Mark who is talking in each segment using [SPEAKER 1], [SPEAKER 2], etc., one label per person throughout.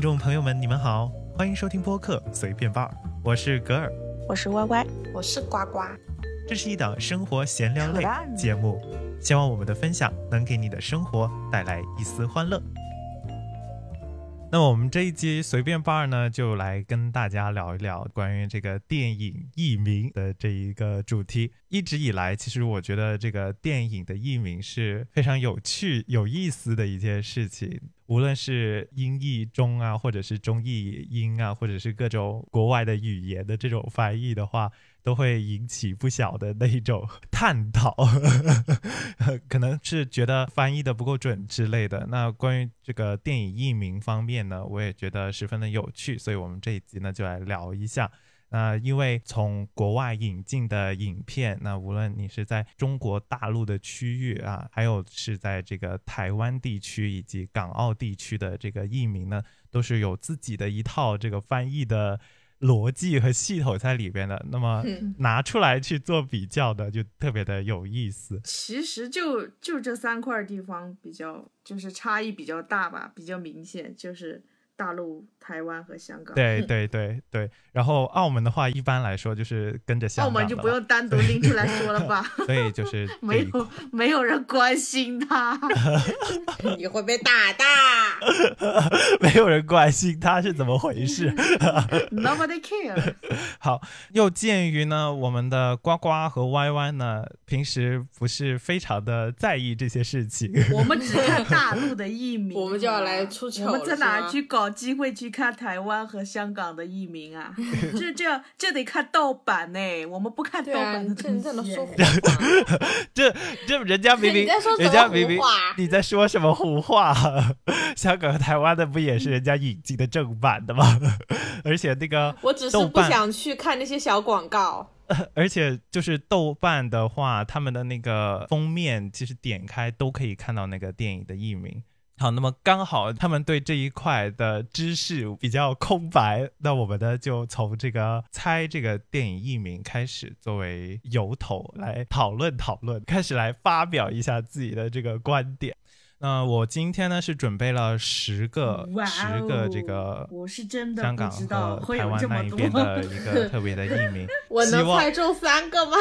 [SPEAKER 1] 众朋友们，你们好，欢迎收听播客随便吧，我是格尔，
[SPEAKER 2] 我是歪歪，
[SPEAKER 3] 我是呱呱。
[SPEAKER 1] 这是一档生活闲聊类
[SPEAKER 2] 扯淡
[SPEAKER 1] 节目，希望我们的分享能给你的生活带来一丝欢乐。那我们这一期随便伴儿呢，就来跟大家聊一聊关于这个电影译名的这一个主题。一直以来，其实我觉得这个电影的译名是非常有趣、有意思的一件事情。无论是英译中啊，或者是中译英啊，或者是各种国外的语言的这种翻译的话，都会引起不小的那一种 探讨，可能是觉得翻译的不够准之类的。那关于这个电影译名方面呢，我也觉得十分的有趣，所以我们这一集呢就来聊一下。那因为从国外引进的影片，那无论你是在中国大陆的区域啊，还有是在这个台湾地区以及港澳地区的这个译名呢，都是有自己的一套这个翻译的逻辑和系统在里边的。那么
[SPEAKER 3] 嗯
[SPEAKER 1] 拿出来去做比较的，就特别的有意 思。
[SPEAKER 4] 其实就就这三块地方比较，就是差异比较大吧，比较明显，就是大陆、台湾和香港。，
[SPEAKER 1] 对
[SPEAKER 3] 嗯
[SPEAKER 1] 对对对，然后澳门的话，一般来说就是跟着香
[SPEAKER 4] 澳
[SPEAKER 1] 港的
[SPEAKER 4] 门
[SPEAKER 1] 了，
[SPEAKER 4] 就不用单独拎出来说了 吧，
[SPEAKER 1] 所以就是这
[SPEAKER 4] 没
[SPEAKER 1] 一块
[SPEAKER 4] 有没有人关心他。
[SPEAKER 3] 你会被打的。
[SPEAKER 1] 没有人关心它是怎么回 事。
[SPEAKER 4] Nobody care。
[SPEAKER 1] 好，又鉴于呢，我们的呱呱和歪歪呢，平时不是非常的在意这些事情，
[SPEAKER 4] 我们只看大陆的译 名，啊
[SPEAKER 3] 我们就要来出糗
[SPEAKER 4] 我们在
[SPEAKER 3] 是
[SPEAKER 4] 哪
[SPEAKER 3] 吗
[SPEAKER 4] 去搞机会去看台湾和香港的译名啊？这这这得看盗版呢、我们不看盗
[SPEAKER 3] 对啊，
[SPEAKER 4] 版
[SPEAKER 3] 你
[SPEAKER 4] 的
[SPEAKER 3] 这
[SPEAKER 4] 东
[SPEAKER 3] 你
[SPEAKER 4] 西、
[SPEAKER 3] 在那 说胡啊话，
[SPEAKER 1] 这这人家明明
[SPEAKER 3] 你在说什
[SPEAKER 1] 人家
[SPEAKER 3] 么
[SPEAKER 1] 明明
[SPEAKER 3] 胡话？
[SPEAKER 1] 你在说什么胡话？ 香港和台湾的不也是人家引进的正版的吗？ 而且那个
[SPEAKER 3] 我只
[SPEAKER 1] 豆
[SPEAKER 3] 是不
[SPEAKER 1] 瓣
[SPEAKER 3] 想去看那些小广告。
[SPEAKER 1] 而且就是豆瓣的话，他们的那个封面其实点开都可以看到那个电影的译名。好，那么刚好他们对这一块的知识比较空白，那我们呢就从这个猜这个电影译名开始作为由头来讨论讨论，开始来发表一下自己的这个观点。那我今天呢是准备了十个、
[SPEAKER 4] 哇
[SPEAKER 1] 十个这个
[SPEAKER 4] 哦我是真的
[SPEAKER 1] 香
[SPEAKER 4] 不
[SPEAKER 1] 港
[SPEAKER 4] 知道
[SPEAKER 1] 和
[SPEAKER 4] 会
[SPEAKER 1] 台
[SPEAKER 4] 有
[SPEAKER 1] 湾
[SPEAKER 4] 这么
[SPEAKER 1] 那一
[SPEAKER 4] 多
[SPEAKER 1] 边的一个特别的译 名，
[SPEAKER 3] 我
[SPEAKER 1] 希
[SPEAKER 3] 能
[SPEAKER 1] 望
[SPEAKER 3] 猜中三 个吗？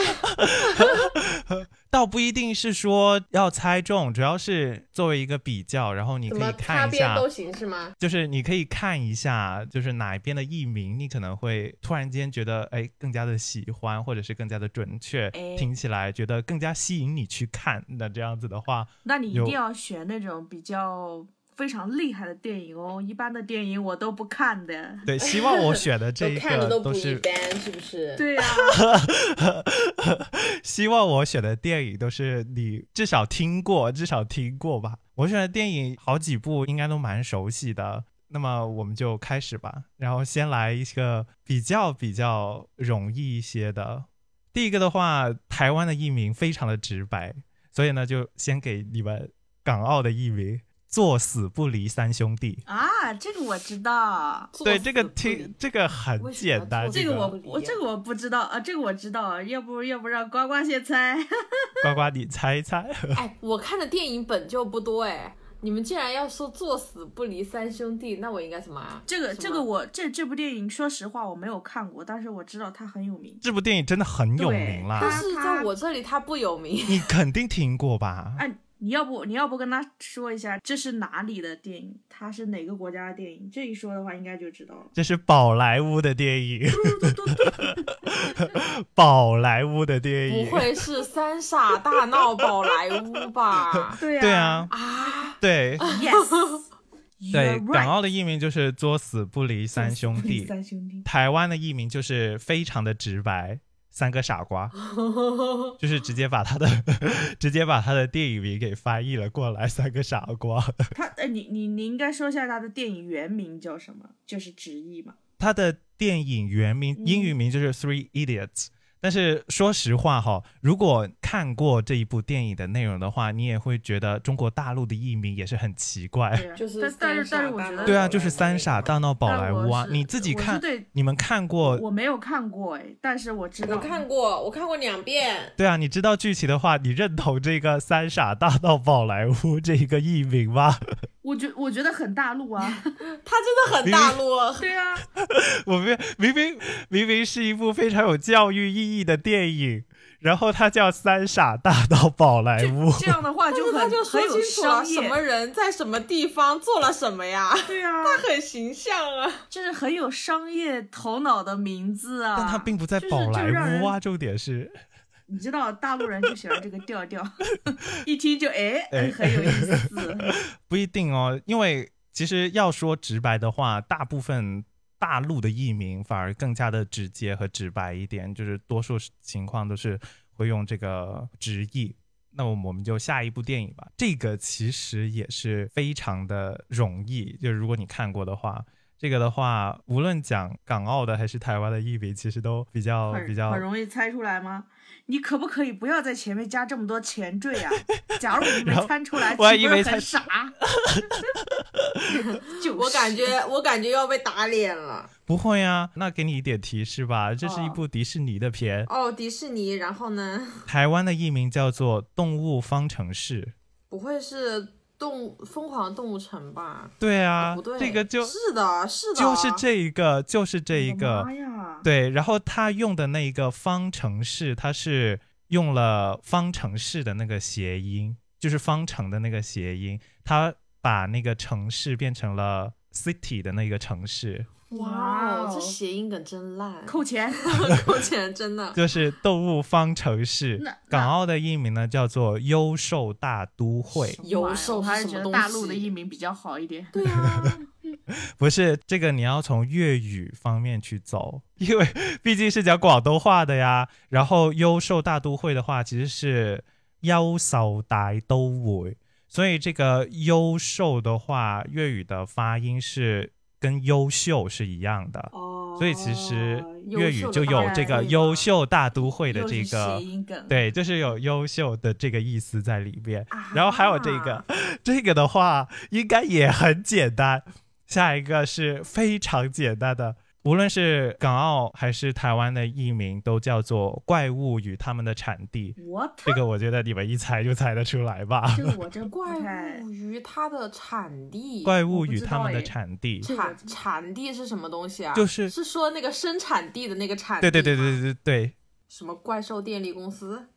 [SPEAKER 1] 倒不一定是说要猜中，主要是作为一个比较，然后你
[SPEAKER 3] 怎
[SPEAKER 1] 可
[SPEAKER 3] 么
[SPEAKER 1] 以
[SPEAKER 3] 擦
[SPEAKER 1] 看一
[SPEAKER 3] 边
[SPEAKER 1] 下
[SPEAKER 3] 都，行是吗？
[SPEAKER 1] 就是你可以看一下，就是哪一边的译名，你可能会突然间觉得，哎，更加的喜欢，或者是更加的准确，
[SPEAKER 4] 哎
[SPEAKER 1] 听起来觉得更加吸引你去看。那这样子的话，
[SPEAKER 4] 那你一
[SPEAKER 1] 有
[SPEAKER 4] 定要选那种比较非常厉害的电影哦，一般的电影我都不看的。
[SPEAKER 1] 对，希望我选的这
[SPEAKER 3] 都
[SPEAKER 1] 一
[SPEAKER 3] 看的
[SPEAKER 1] 个
[SPEAKER 3] 不
[SPEAKER 1] 都
[SPEAKER 3] 一
[SPEAKER 1] 是，
[SPEAKER 3] 般，是不是？
[SPEAKER 4] 对呀、
[SPEAKER 1] 希望我选的电影都是你至少听过，至少听过吧。我选的电影好几部应该都蛮熟悉的。那么我们就开始吧，然后先来一个比较比较容易一些的。第一个的话，台湾的译名非常的直白，所以呢，就先给你们港澳的译名“作死不离三兄弟
[SPEAKER 4] 啊，这个我知道，
[SPEAKER 3] 作”。
[SPEAKER 1] 对，
[SPEAKER 3] 死
[SPEAKER 1] 这个
[SPEAKER 3] 不离
[SPEAKER 1] 听这个很
[SPEAKER 3] 为什么
[SPEAKER 1] 简单，
[SPEAKER 3] 要作
[SPEAKER 4] 这
[SPEAKER 3] 死
[SPEAKER 4] 个
[SPEAKER 1] 个
[SPEAKER 4] 我我这个我不知道啊，这个我知道，要不要不让呱呱先猜？
[SPEAKER 1] 呱呱你猜一猜。
[SPEAKER 3] 哎，我看的电影本就不多哎，你们竟然要说作死不离三兄弟，那我应该什么啊？
[SPEAKER 4] 这个
[SPEAKER 3] 什么
[SPEAKER 4] 这个我这这部电影，说实话我没有看过，但是我知道它很有名。
[SPEAKER 1] 这部电影真的很有
[SPEAKER 4] 对
[SPEAKER 1] 名啦，
[SPEAKER 3] 但
[SPEAKER 4] 它
[SPEAKER 3] 是在我这里它不有名。
[SPEAKER 1] 你肯定听过吧？
[SPEAKER 4] 哎、你要不你要不跟他说一下这是哪里的电影，它是哪个国家的电影？这一说的话应该就知道了。？
[SPEAKER 1] 这是宝莱坞的电影，宝莱坞的电
[SPEAKER 3] 不
[SPEAKER 1] 影，
[SPEAKER 3] 会是《三傻大闹宝莱坞》吧
[SPEAKER 4] 对呀、
[SPEAKER 1] 对啊，
[SPEAKER 3] 啊，
[SPEAKER 1] 对
[SPEAKER 4] Yes，
[SPEAKER 1] 对
[SPEAKER 4] You're，right
[SPEAKER 1] 港澳的译名就是“作死不离三兄弟
[SPEAKER 4] 三兄弟”，。
[SPEAKER 1] 台湾的译名就是非常的直白，“三个傻瓜”，就是直接把他的 直接把他的电影名给翻译了过来，“三个傻瓜
[SPEAKER 4] 他呃，你你你应该说一下他的电影原名叫什么，就是直译嘛。”。
[SPEAKER 1] 他的电影原名
[SPEAKER 4] 嗯
[SPEAKER 1] 英语名就是《Three Idiots》。但是说实话哈，如果看过这一部电影的内容的话，你也会觉得中国大陆的译名也是很奇怪。
[SPEAKER 4] 对啊
[SPEAKER 3] 就是
[SPEAKER 4] 但但是
[SPEAKER 3] 三
[SPEAKER 4] 但
[SPEAKER 3] 傻
[SPEAKER 4] 是我
[SPEAKER 3] 大
[SPEAKER 4] 觉
[SPEAKER 3] 闹
[SPEAKER 4] 得
[SPEAKER 1] 哎对
[SPEAKER 3] 宝莱
[SPEAKER 1] 啊，
[SPEAKER 3] 坞
[SPEAKER 1] 就是三傻大闹宝莱坞啊
[SPEAKER 4] 但！我是
[SPEAKER 1] 你自己
[SPEAKER 4] 我
[SPEAKER 1] 看
[SPEAKER 4] 是，对
[SPEAKER 1] 你们看过？
[SPEAKER 4] 我没有看过哎，但是我知道
[SPEAKER 3] 我看过，我看过两遍。
[SPEAKER 1] 对啊，你知道剧情的话，你认同这个“三傻大闹宝莱坞”这一个译名吗？
[SPEAKER 4] 我觉我觉得很大陆 啊，
[SPEAKER 2] 他真的很大陆，
[SPEAKER 4] 对 啊，
[SPEAKER 1] 我们明明明明是一部非常有教育意义的电影，然后它叫《三傻大闹宝莱坞》，
[SPEAKER 4] 这样的话
[SPEAKER 2] 但
[SPEAKER 4] 就是很
[SPEAKER 2] 他就
[SPEAKER 4] 很
[SPEAKER 2] 说
[SPEAKER 4] 有
[SPEAKER 2] 清楚了
[SPEAKER 4] 商
[SPEAKER 2] 什
[SPEAKER 4] 业，
[SPEAKER 2] 么人在什么地方做了什么呀，
[SPEAKER 4] 对啊，
[SPEAKER 2] 他很形象啊。
[SPEAKER 4] 就是很有商业头脑的名字啊。
[SPEAKER 1] 但它并不在
[SPEAKER 4] 就是
[SPEAKER 1] 宝
[SPEAKER 4] 就
[SPEAKER 1] 莱
[SPEAKER 4] 让人
[SPEAKER 1] 坞啊，重点是。
[SPEAKER 4] 你知道大陆人就喜欢这个调调， 一听就哎
[SPEAKER 1] 哎
[SPEAKER 4] 很有意 思。
[SPEAKER 1] 不一定哦，因为其实要说直白的话，大部分大陆的译名反而更加的直接和直白一点，就是多数情况都是会用这个直译。那么我们就下一部电影吧，这个其实也是非常的容易，就是如果你看过的话。这个的话，无论讲港澳的还是台湾的译名，其实都比较
[SPEAKER 4] 很
[SPEAKER 1] 比较
[SPEAKER 4] 很容易猜出来吗？你可不可以不要在前面加这么多前缀啊？假如 你
[SPEAKER 1] 然后
[SPEAKER 4] 没猜出来，
[SPEAKER 1] 我还
[SPEAKER 4] 岂
[SPEAKER 1] 以
[SPEAKER 4] 不是
[SPEAKER 1] 为猜
[SPEAKER 4] 很傻。 就是
[SPEAKER 2] 我感觉我感觉要被打脸了。
[SPEAKER 1] 不会啊。那给你一点提示吧，这是一
[SPEAKER 4] 哦
[SPEAKER 1] 部迪士尼的片，
[SPEAKER 2] 哦，迪士尼，然后呢？
[SPEAKER 1] 台湾的译名叫做《动物方程式》。
[SPEAKER 2] 不会是动物疯狂动物城吧？
[SPEAKER 1] 对啊，
[SPEAKER 4] 哦
[SPEAKER 2] 不对，
[SPEAKER 1] 这个就是
[SPEAKER 2] 的，是的，
[SPEAKER 1] 就是这一个，就是这一
[SPEAKER 4] 我的
[SPEAKER 1] 个
[SPEAKER 4] 妈，呀，
[SPEAKER 1] 对。然后他用的那一个方程式，它是用了方程式的那个谐音，就是方程的那个谐音，他把那个城市变成了 city 的那个城市，
[SPEAKER 2] 哇
[SPEAKER 4] 哇
[SPEAKER 2] 哦
[SPEAKER 4] 哦，
[SPEAKER 2] 这谐音梗真烂，
[SPEAKER 4] 扣钱。
[SPEAKER 2] 扣钱真的。
[SPEAKER 1] 就是动物方程
[SPEAKER 4] 那
[SPEAKER 1] 式
[SPEAKER 4] 那。
[SPEAKER 1] 港澳的译名呢叫做优兽大都会，
[SPEAKER 2] 有手
[SPEAKER 4] 我还
[SPEAKER 2] 是
[SPEAKER 4] 是
[SPEAKER 2] 什
[SPEAKER 4] 觉得
[SPEAKER 2] 么东
[SPEAKER 4] 大陆的
[SPEAKER 2] 西
[SPEAKER 4] 译名比较好一点。
[SPEAKER 2] 对啊，
[SPEAKER 1] 不是这个，你要从粤语方面去走， 因为毕竟是讲广东话的呀。然后优秀大都会的话，其实是优秀大都会，所以这个优秀的话，粤语的发音是跟优秀是一样的，
[SPEAKER 4] 哦
[SPEAKER 1] 所以其实粤语就有这个哦优
[SPEAKER 2] 优
[SPEAKER 1] 秀大都会的
[SPEAKER 4] 又
[SPEAKER 1] 这
[SPEAKER 4] 是
[SPEAKER 1] 个
[SPEAKER 4] 谐。音梗。
[SPEAKER 1] 对，就是有优秀的这个意思在里边。
[SPEAKER 4] 啊，
[SPEAKER 1] 然后还有这个， 这个的话应该也很简单。下一个是非常简单的，无论是港澳还是台湾的译名，都叫做《怪物与它们的产地》。
[SPEAKER 4] ，what？
[SPEAKER 1] 这个我觉得你们一猜就猜得出来 吧，
[SPEAKER 4] 这个我真不
[SPEAKER 2] 怪
[SPEAKER 4] 太
[SPEAKER 2] 物与它的产地，
[SPEAKER 1] 《怪物与它们的产地》
[SPEAKER 4] 这个
[SPEAKER 2] 产产地是什么东西啊？
[SPEAKER 1] 就是
[SPEAKER 2] 是说那个生产地的那个产地，
[SPEAKER 1] 对对对，对对对，
[SPEAKER 2] 什么怪兽电力公司，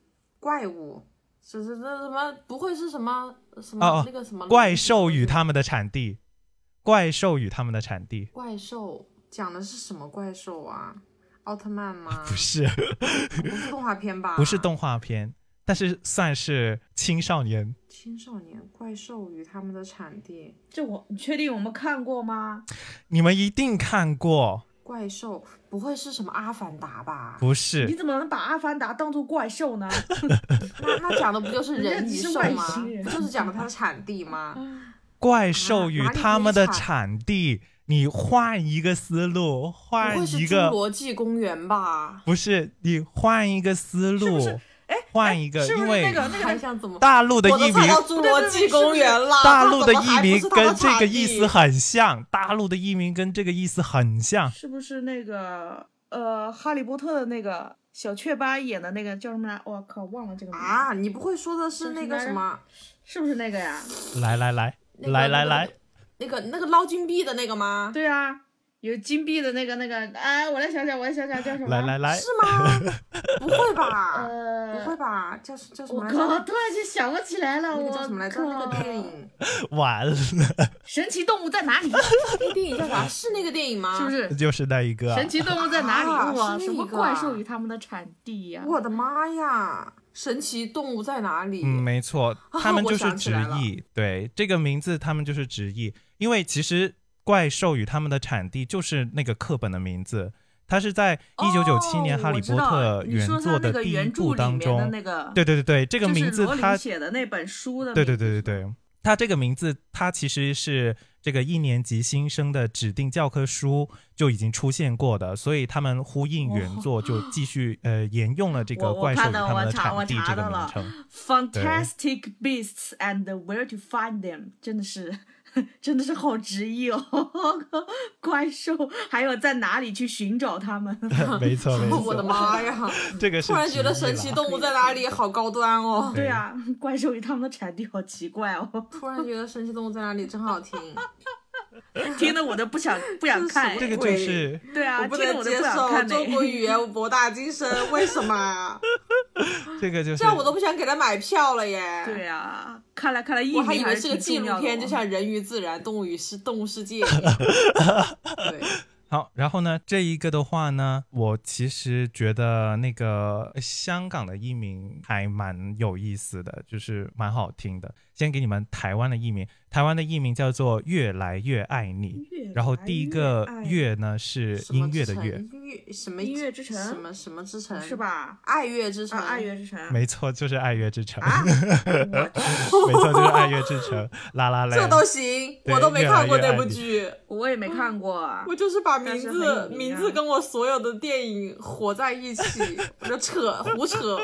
[SPEAKER 2] 怪物，这这这什么？不会是什么什么、
[SPEAKER 1] 哦哦
[SPEAKER 2] 那个什么
[SPEAKER 1] 怪兽与它们的产地，怪兽与它们的产地，
[SPEAKER 2] 怪兽讲的是什么怪兽啊？奥特曼吗？
[SPEAKER 1] 不是
[SPEAKER 2] 不是动画片吧？
[SPEAKER 1] 不是动画片，但是算是青少年
[SPEAKER 2] 青少年怪兽与他们的产地，
[SPEAKER 4] 这我，你确定我们看过吗？
[SPEAKER 1] 你们一定看过，
[SPEAKER 2] 怪兽不会是什么阿凡达吧？
[SPEAKER 1] 不是
[SPEAKER 4] 你？怎么能把《阿凡达》当做怪兽呢？
[SPEAKER 2] 那那讲的不就是人
[SPEAKER 4] 人
[SPEAKER 2] 与
[SPEAKER 4] 家只是
[SPEAKER 2] 兽
[SPEAKER 4] 外
[SPEAKER 2] 吗？
[SPEAKER 4] 星人
[SPEAKER 2] 不就是讲的它的产地吗？
[SPEAKER 1] 怪兽与
[SPEAKER 2] 哪里
[SPEAKER 1] 它
[SPEAKER 2] 可以
[SPEAKER 1] 们的
[SPEAKER 2] 产
[SPEAKER 1] 产地，你换一个思路，
[SPEAKER 2] 不
[SPEAKER 1] 换
[SPEAKER 2] 会是
[SPEAKER 1] 一
[SPEAKER 2] 侏
[SPEAKER 1] 个，
[SPEAKER 2] 罗纪公园吧？
[SPEAKER 1] 不是你换一个思路，
[SPEAKER 4] 不是哎，
[SPEAKER 1] 换一个，
[SPEAKER 4] 是不
[SPEAKER 1] 因
[SPEAKER 4] 是
[SPEAKER 1] 为
[SPEAKER 4] 那个那
[SPEAKER 2] 还
[SPEAKER 4] 个
[SPEAKER 2] 想怎么？
[SPEAKER 1] 大陆的
[SPEAKER 2] 我
[SPEAKER 1] 译
[SPEAKER 2] 都猜
[SPEAKER 1] 名，
[SPEAKER 2] 到侏罗纪公园了，
[SPEAKER 1] 大
[SPEAKER 2] 它
[SPEAKER 1] 陆
[SPEAKER 2] 怎么
[SPEAKER 1] 译
[SPEAKER 2] 还不
[SPEAKER 1] 名
[SPEAKER 2] 是它的
[SPEAKER 1] 跟这
[SPEAKER 2] 产
[SPEAKER 1] 个
[SPEAKER 2] 地
[SPEAKER 1] 意思很像，大陆的译名跟这个意思很像，
[SPEAKER 4] 是不是那个呃《哈利波特》的那个小雀斑演的那个叫什么来？我靠，忘了这个名字，
[SPEAKER 2] 啊！你不会说的是那个什么？
[SPEAKER 4] 是不是那个呀？
[SPEAKER 1] 来来来
[SPEAKER 2] 那个
[SPEAKER 1] 来来来，，
[SPEAKER 2] 那个那个捞金币的那个吗？
[SPEAKER 4] 对啊，有金币的那个那个，哎，我来想想，我来想想叫什么？
[SPEAKER 1] 来来来
[SPEAKER 2] 是， 吗？不会吧？
[SPEAKER 4] 呃，
[SPEAKER 2] 不会吧？叫叫什
[SPEAKER 4] 我
[SPEAKER 2] 么来
[SPEAKER 4] 靠，
[SPEAKER 2] 着？
[SPEAKER 4] 突然间想不起来了，
[SPEAKER 2] 那个
[SPEAKER 4] 我
[SPEAKER 2] 叫什么来着？那个
[SPEAKER 4] 靠
[SPEAKER 2] 电影，
[SPEAKER 1] 完了，
[SPEAKER 4] 神奇动物在哪里？
[SPEAKER 2] 那个电影叫啥？是那个电影吗？
[SPEAKER 4] 是不？是？
[SPEAKER 1] 就是那一个啊
[SPEAKER 4] 神奇动物在哪
[SPEAKER 2] 啊
[SPEAKER 4] 里？哇，
[SPEAKER 2] 是那
[SPEAKER 4] 什么
[SPEAKER 2] 个
[SPEAKER 4] 怪
[SPEAKER 2] 啊
[SPEAKER 4] 兽与它们的产地呀？
[SPEAKER 2] 我的妈呀！神奇动物在哪里？
[SPEAKER 1] 嗯，没
[SPEAKER 4] 哦
[SPEAKER 1] 错，他们
[SPEAKER 2] 我
[SPEAKER 1] 就是
[SPEAKER 2] 想起
[SPEAKER 1] 直
[SPEAKER 2] 来了
[SPEAKER 1] 译。对这个名字，他们就是直译，因为其实《怪兽与他们的产地》就是那个课本的名字。它是在一九九七年《
[SPEAKER 4] 哦
[SPEAKER 1] 哈利
[SPEAKER 4] 我知
[SPEAKER 1] 波
[SPEAKER 4] 道
[SPEAKER 1] 特》
[SPEAKER 4] 你说它
[SPEAKER 1] 作
[SPEAKER 4] 那
[SPEAKER 1] 的
[SPEAKER 4] 个
[SPEAKER 1] 第一
[SPEAKER 4] 原著
[SPEAKER 1] 部
[SPEAKER 4] 里
[SPEAKER 1] 当
[SPEAKER 4] 面的
[SPEAKER 1] 中，
[SPEAKER 4] 那个
[SPEAKER 1] 对对对对，这
[SPEAKER 4] 这
[SPEAKER 1] 个名字它，
[SPEAKER 4] 写的那本书的名字，
[SPEAKER 1] 对对对对对，它这个名字它其实是这个一年级新生的指定教科书就已经出现过的，所以他们呼应原作就继续呃沿用了这个
[SPEAKER 4] 哦我
[SPEAKER 1] 《
[SPEAKER 4] 我
[SPEAKER 1] 怪兽
[SPEAKER 4] 看
[SPEAKER 1] 与
[SPEAKER 4] 到
[SPEAKER 1] 他们
[SPEAKER 4] 我
[SPEAKER 1] 的
[SPEAKER 4] 查我
[SPEAKER 1] 产地》
[SPEAKER 4] 查
[SPEAKER 1] 这个
[SPEAKER 4] 到
[SPEAKER 1] 名
[SPEAKER 4] 了
[SPEAKER 1] 称。
[SPEAKER 4] Fantastic Beasts and Where to Find Them，真的是 真的是好执意哦， 怪兽还有在哪里去寻找他们？
[SPEAKER 1] 没错没
[SPEAKER 2] 我的
[SPEAKER 1] 错，
[SPEAKER 2] 妈呀！
[SPEAKER 1] 这个是
[SPEAKER 2] 突然觉得
[SPEAKER 1] 提议
[SPEAKER 2] 神
[SPEAKER 1] 了
[SPEAKER 2] 奇动物在哪里好高端哦！
[SPEAKER 4] 对啊， 怪兽与他们的产地好奇怪哦，
[SPEAKER 2] 突然觉得神奇动物在哪里真好听，啊
[SPEAKER 4] 听得我都不 想不想看。
[SPEAKER 1] 这个就
[SPEAKER 2] 鬼
[SPEAKER 1] 是
[SPEAKER 4] 对啊，
[SPEAKER 2] 我不
[SPEAKER 4] 听得
[SPEAKER 2] 能
[SPEAKER 4] 我都
[SPEAKER 2] 接
[SPEAKER 4] 想
[SPEAKER 2] 受
[SPEAKER 4] 看
[SPEAKER 2] 中国
[SPEAKER 4] 呢。
[SPEAKER 2] 语言博大精深，为什么啊？
[SPEAKER 1] 这个就是
[SPEAKER 2] 这样我都不想给他买票了耶。
[SPEAKER 4] 对啊，看来看来译
[SPEAKER 2] 我还
[SPEAKER 4] 名
[SPEAKER 2] 以
[SPEAKER 4] 还
[SPEAKER 2] 为
[SPEAKER 4] 是
[SPEAKER 2] 是个
[SPEAKER 4] 挺
[SPEAKER 2] 纪
[SPEAKER 4] 重
[SPEAKER 2] 录
[SPEAKER 4] 要的
[SPEAKER 2] 片，
[SPEAKER 4] 哦
[SPEAKER 2] 就像《人与自然》《动物与世动物世 界》一样。对，
[SPEAKER 1] 好，然后呢，这一个的话呢，我其实觉得那个香港的译名还蛮有意思的，就是蛮好听的。先给你们台湾的译名，台湾的译名叫做《越来越爱你》，然后第一个“
[SPEAKER 4] 越
[SPEAKER 1] 越”呢是
[SPEAKER 2] 什么
[SPEAKER 1] 音
[SPEAKER 2] 之
[SPEAKER 1] 乐的“
[SPEAKER 2] 城
[SPEAKER 1] 乐”，
[SPEAKER 2] 乐什么
[SPEAKER 4] 音乐之城
[SPEAKER 2] 什么什么之城
[SPEAKER 4] 来越爱是？吧？
[SPEAKER 2] 爱乐之城，
[SPEAKER 4] 啊，爱乐之城。
[SPEAKER 1] 没错，就是《爱乐之城》
[SPEAKER 4] 啊，我
[SPEAKER 1] 没错，就是《爱乐之 城》啦啦啦，
[SPEAKER 2] 这都行，
[SPEAKER 1] 对
[SPEAKER 2] 我都没看过
[SPEAKER 1] 越来越
[SPEAKER 2] 那
[SPEAKER 1] 爱
[SPEAKER 2] 部
[SPEAKER 1] 你
[SPEAKER 2] 剧，
[SPEAKER 4] 我也没看过啊。
[SPEAKER 2] 我就是把名
[SPEAKER 4] 但是很
[SPEAKER 2] 字
[SPEAKER 4] 有名啊
[SPEAKER 2] 名字跟我所有的电影合在一起，我就扯 胡扯，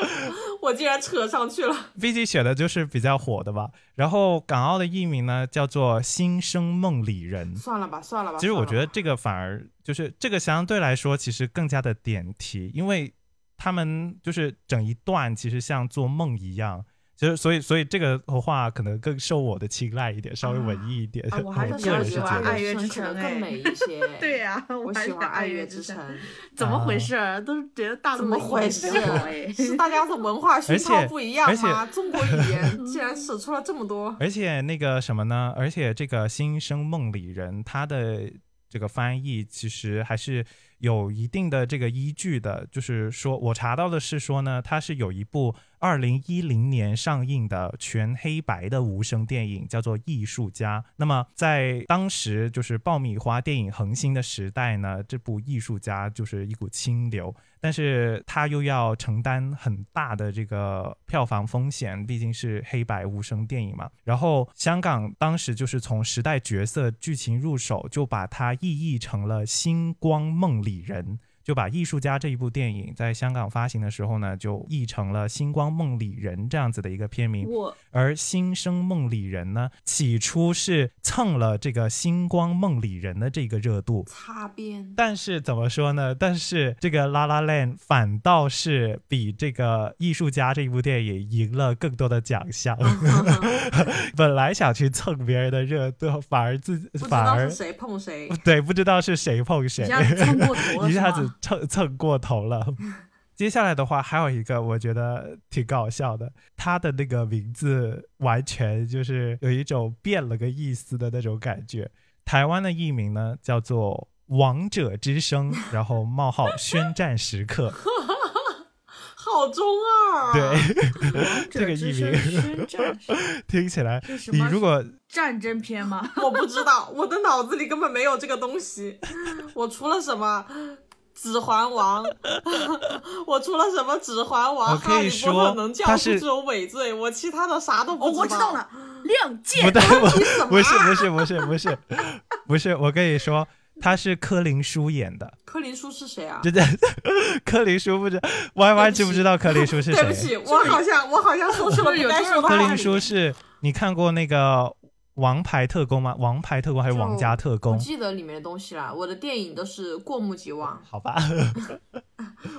[SPEAKER 2] 我竟然扯上去了。
[SPEAKER 1] 毕竟写的就是比较火的吧。然后港澳的译名呢叫做《新生梦里人》。
[SPEAKER 2] 算了吧，算了吧。
[SPEAKER 1] 其实我觉
[SPEAKER 2] 算
[SPEAKER 1] 得
[SPEAKER 2] 了吧
[SPEAKER 1] 这个反而就是这个相对来说其实更加的点题，因为他们就是整一段其实像做梦一样，其实所以所以这个的话可能更受我的青睐一点，稍微文艺一点。
[SPEAKER 4] 啊啊我还
[SPEAKER 1] 我嗯
[SPEAKER 4] 是
[SPEAKER 1] 个
[SPEAKER 4] 比较
[SPEAKER 1] 人
[SPEAKER 4] 喜
[SPEAKER 1] 是
[SPEAKER 4] 欢
[SPEAKER 1] 觉
[SPEAKER 4] 爱
[SPEAKER 1] 得，
[SPEAKER 4] 乐之
[SPEAKER 2] 嗯可能
[SPEAKER 4] 城
[SPEAKER 2] 更
[SPEAKER 4] 哎
[SPEAKER 2] 美一 些。
[SPEAKER 4] 对呀，
[SPEAKER 2] 我
[SPEAKER 4] 还
[SPEAKER 2] 喜
[SPEAKER 4] 是
[SPEAKER 2] 欢《爱
[SPEAKER 4] 乐
[SPEAKER 2] 乐之
[SPEAKER 4] 城
[SPEAKER 2] 城》，
[SPEAKER 4] 怎么
[SPEAKER 1] 啊
[SPEAKER 4] 回事儿？都是觉得大陆
[SPEAKER 2] 怎么
[SPEAKER 4] 的
[SPEAKER 2] 回事
[SPEAKER 4] 译名好哎？
[SPEAKER 2] 是大家的文化熏陶
[SPEAKER 1] 而且
[SPEAKER 2] 不一样吗？
[SPEAKER 1] 而，
[SPEAKER 2] 中国语言竟然使出了这么多
[SPEAKER 1] 而且那个什么呢？而且这个《新生梦里人》他的这个翻译其实还是有一定的这个依据的，就是说我查到的是说呢，它是有一部二零一零年上映的全黑白的无声电影，叫做《艺术家》。那么在当时就是爆米花电影横行的时代呢，这部《艺术家》就是一股清流，但是它又要承担很大的这个票房风险，毕竟是黑白无声电影嘛。然后香港当时就是从时代角色剧情入手，就把它意译成了《星光梦里人》。就把《艺术家》这一部电影在香港发行的时候呢，就译成了《星光梦里人》这样子的一个片名。
[SPEAKER 4] 我
[SPEAKER 1] 而《新生梦里人》呢，起初是蹭了这个《星光梦里人》的这个热度，
[SPEAKER 2] 擦 边。
[SPEAKER 1] 但是怎么说呢？但是这个《La La Land》反倒是比这个《艺术家》这一部电影赢了更多的奖项。
[SPEAKER 2] 嗯
[SPEAKER 1] 本来想去蹭别人的热度，反而自己
[SPEAKER 2] 不知
[SPEAKER 1] 反
[SPEAKER 2] 道是
[SPEAKER 1] 而
[SPEAKER 2] 谁碰谁，
[SPEAKER 1] 对不知道是谁碰谁，
[SPEAKER 4] 一下子冲过头了，
[SPEAKER 1] 哎一下
[SPEAKER 4] 是
[SPEAKER 1] 子
[SPEAKER 4] 吗
[SPEAKER 1] 蹭蹭过头了。接下来的话，还有一个我觉得挺搞笑的，他的那个名字完全就是有一种变了个意思的那种感觉。台湾的译名呢叫做《王者之声》，然后冒号宣战时 刻，
[SPEAKER 2] 好中二啊！
[SPEAKER 1] 对，
[SPEAKER 4] 王
[SPEAKER 1] 这个
[SPEAKER 4] 者之
[SPEAKER 1] 译
[SPEAKER 4] 声
[SPEAKER 1] 名
[SPEAKER 4] 宣战是
[SPEAKER 1] 听起来
[SPEAKER 4] 是什
[SPEAKER 1] 你
[SPEAKER 4] 么
[SPEAKER 1] 如果
[SPEAKER 4] 战争片吗？
[SPEAKER 2] 我不知道，我的脑子里根本没有这个东西。我除了什么《指环王》， 我除了什么《指环王
[SPEAKER 1] 我》，
[SPEAKER 2] 哈
[SPEAKER 1] 可以
[SPEAKER 2] 利
[SPEAKER 1] 说
[SPEAKER 2] 波特能教
[SPEAKER 1] 它
[SPEAKER 2] 出
[SPEAKER 1] 是
[SPEAKER 2] 这种伪罪，我其他的啥都不
[SPEAKER 4] 哦，我知道了，《亮
[SPEAKER 1] 不
[SPEAKER 4] 剑
[SPEAKER 1] 对，》
[SPEAKER 2] 什么
[SPEAKER 1] 不 是不是不是不是不是，我跟你说，他是柯林叔演的，
[SPEAKER 2] 柯林叔是谁啊？
[SPEAKER 1] 真的， 柯林叔不知，Y Y 知不知道柯林叔是
[SPEAKER 2] 对不
[SPEAKER 1] 谁？
[SPEAKER 2] 起，我好像我好 像说出了不该说的
[SPEAKER 1] 柯
[SPEAKER 2] 话。
[SPEAKER 1] 林叔是你看过那个《王牌特工》吗？《王牌特工》还是《王家特
[SPEAKER 2] 不
[SPEAKER 1] 工》？
[SPEAKER 2] 记得里面的东西啦，我的电影都是过目即忘。
[SPEAKER 1] 好吧，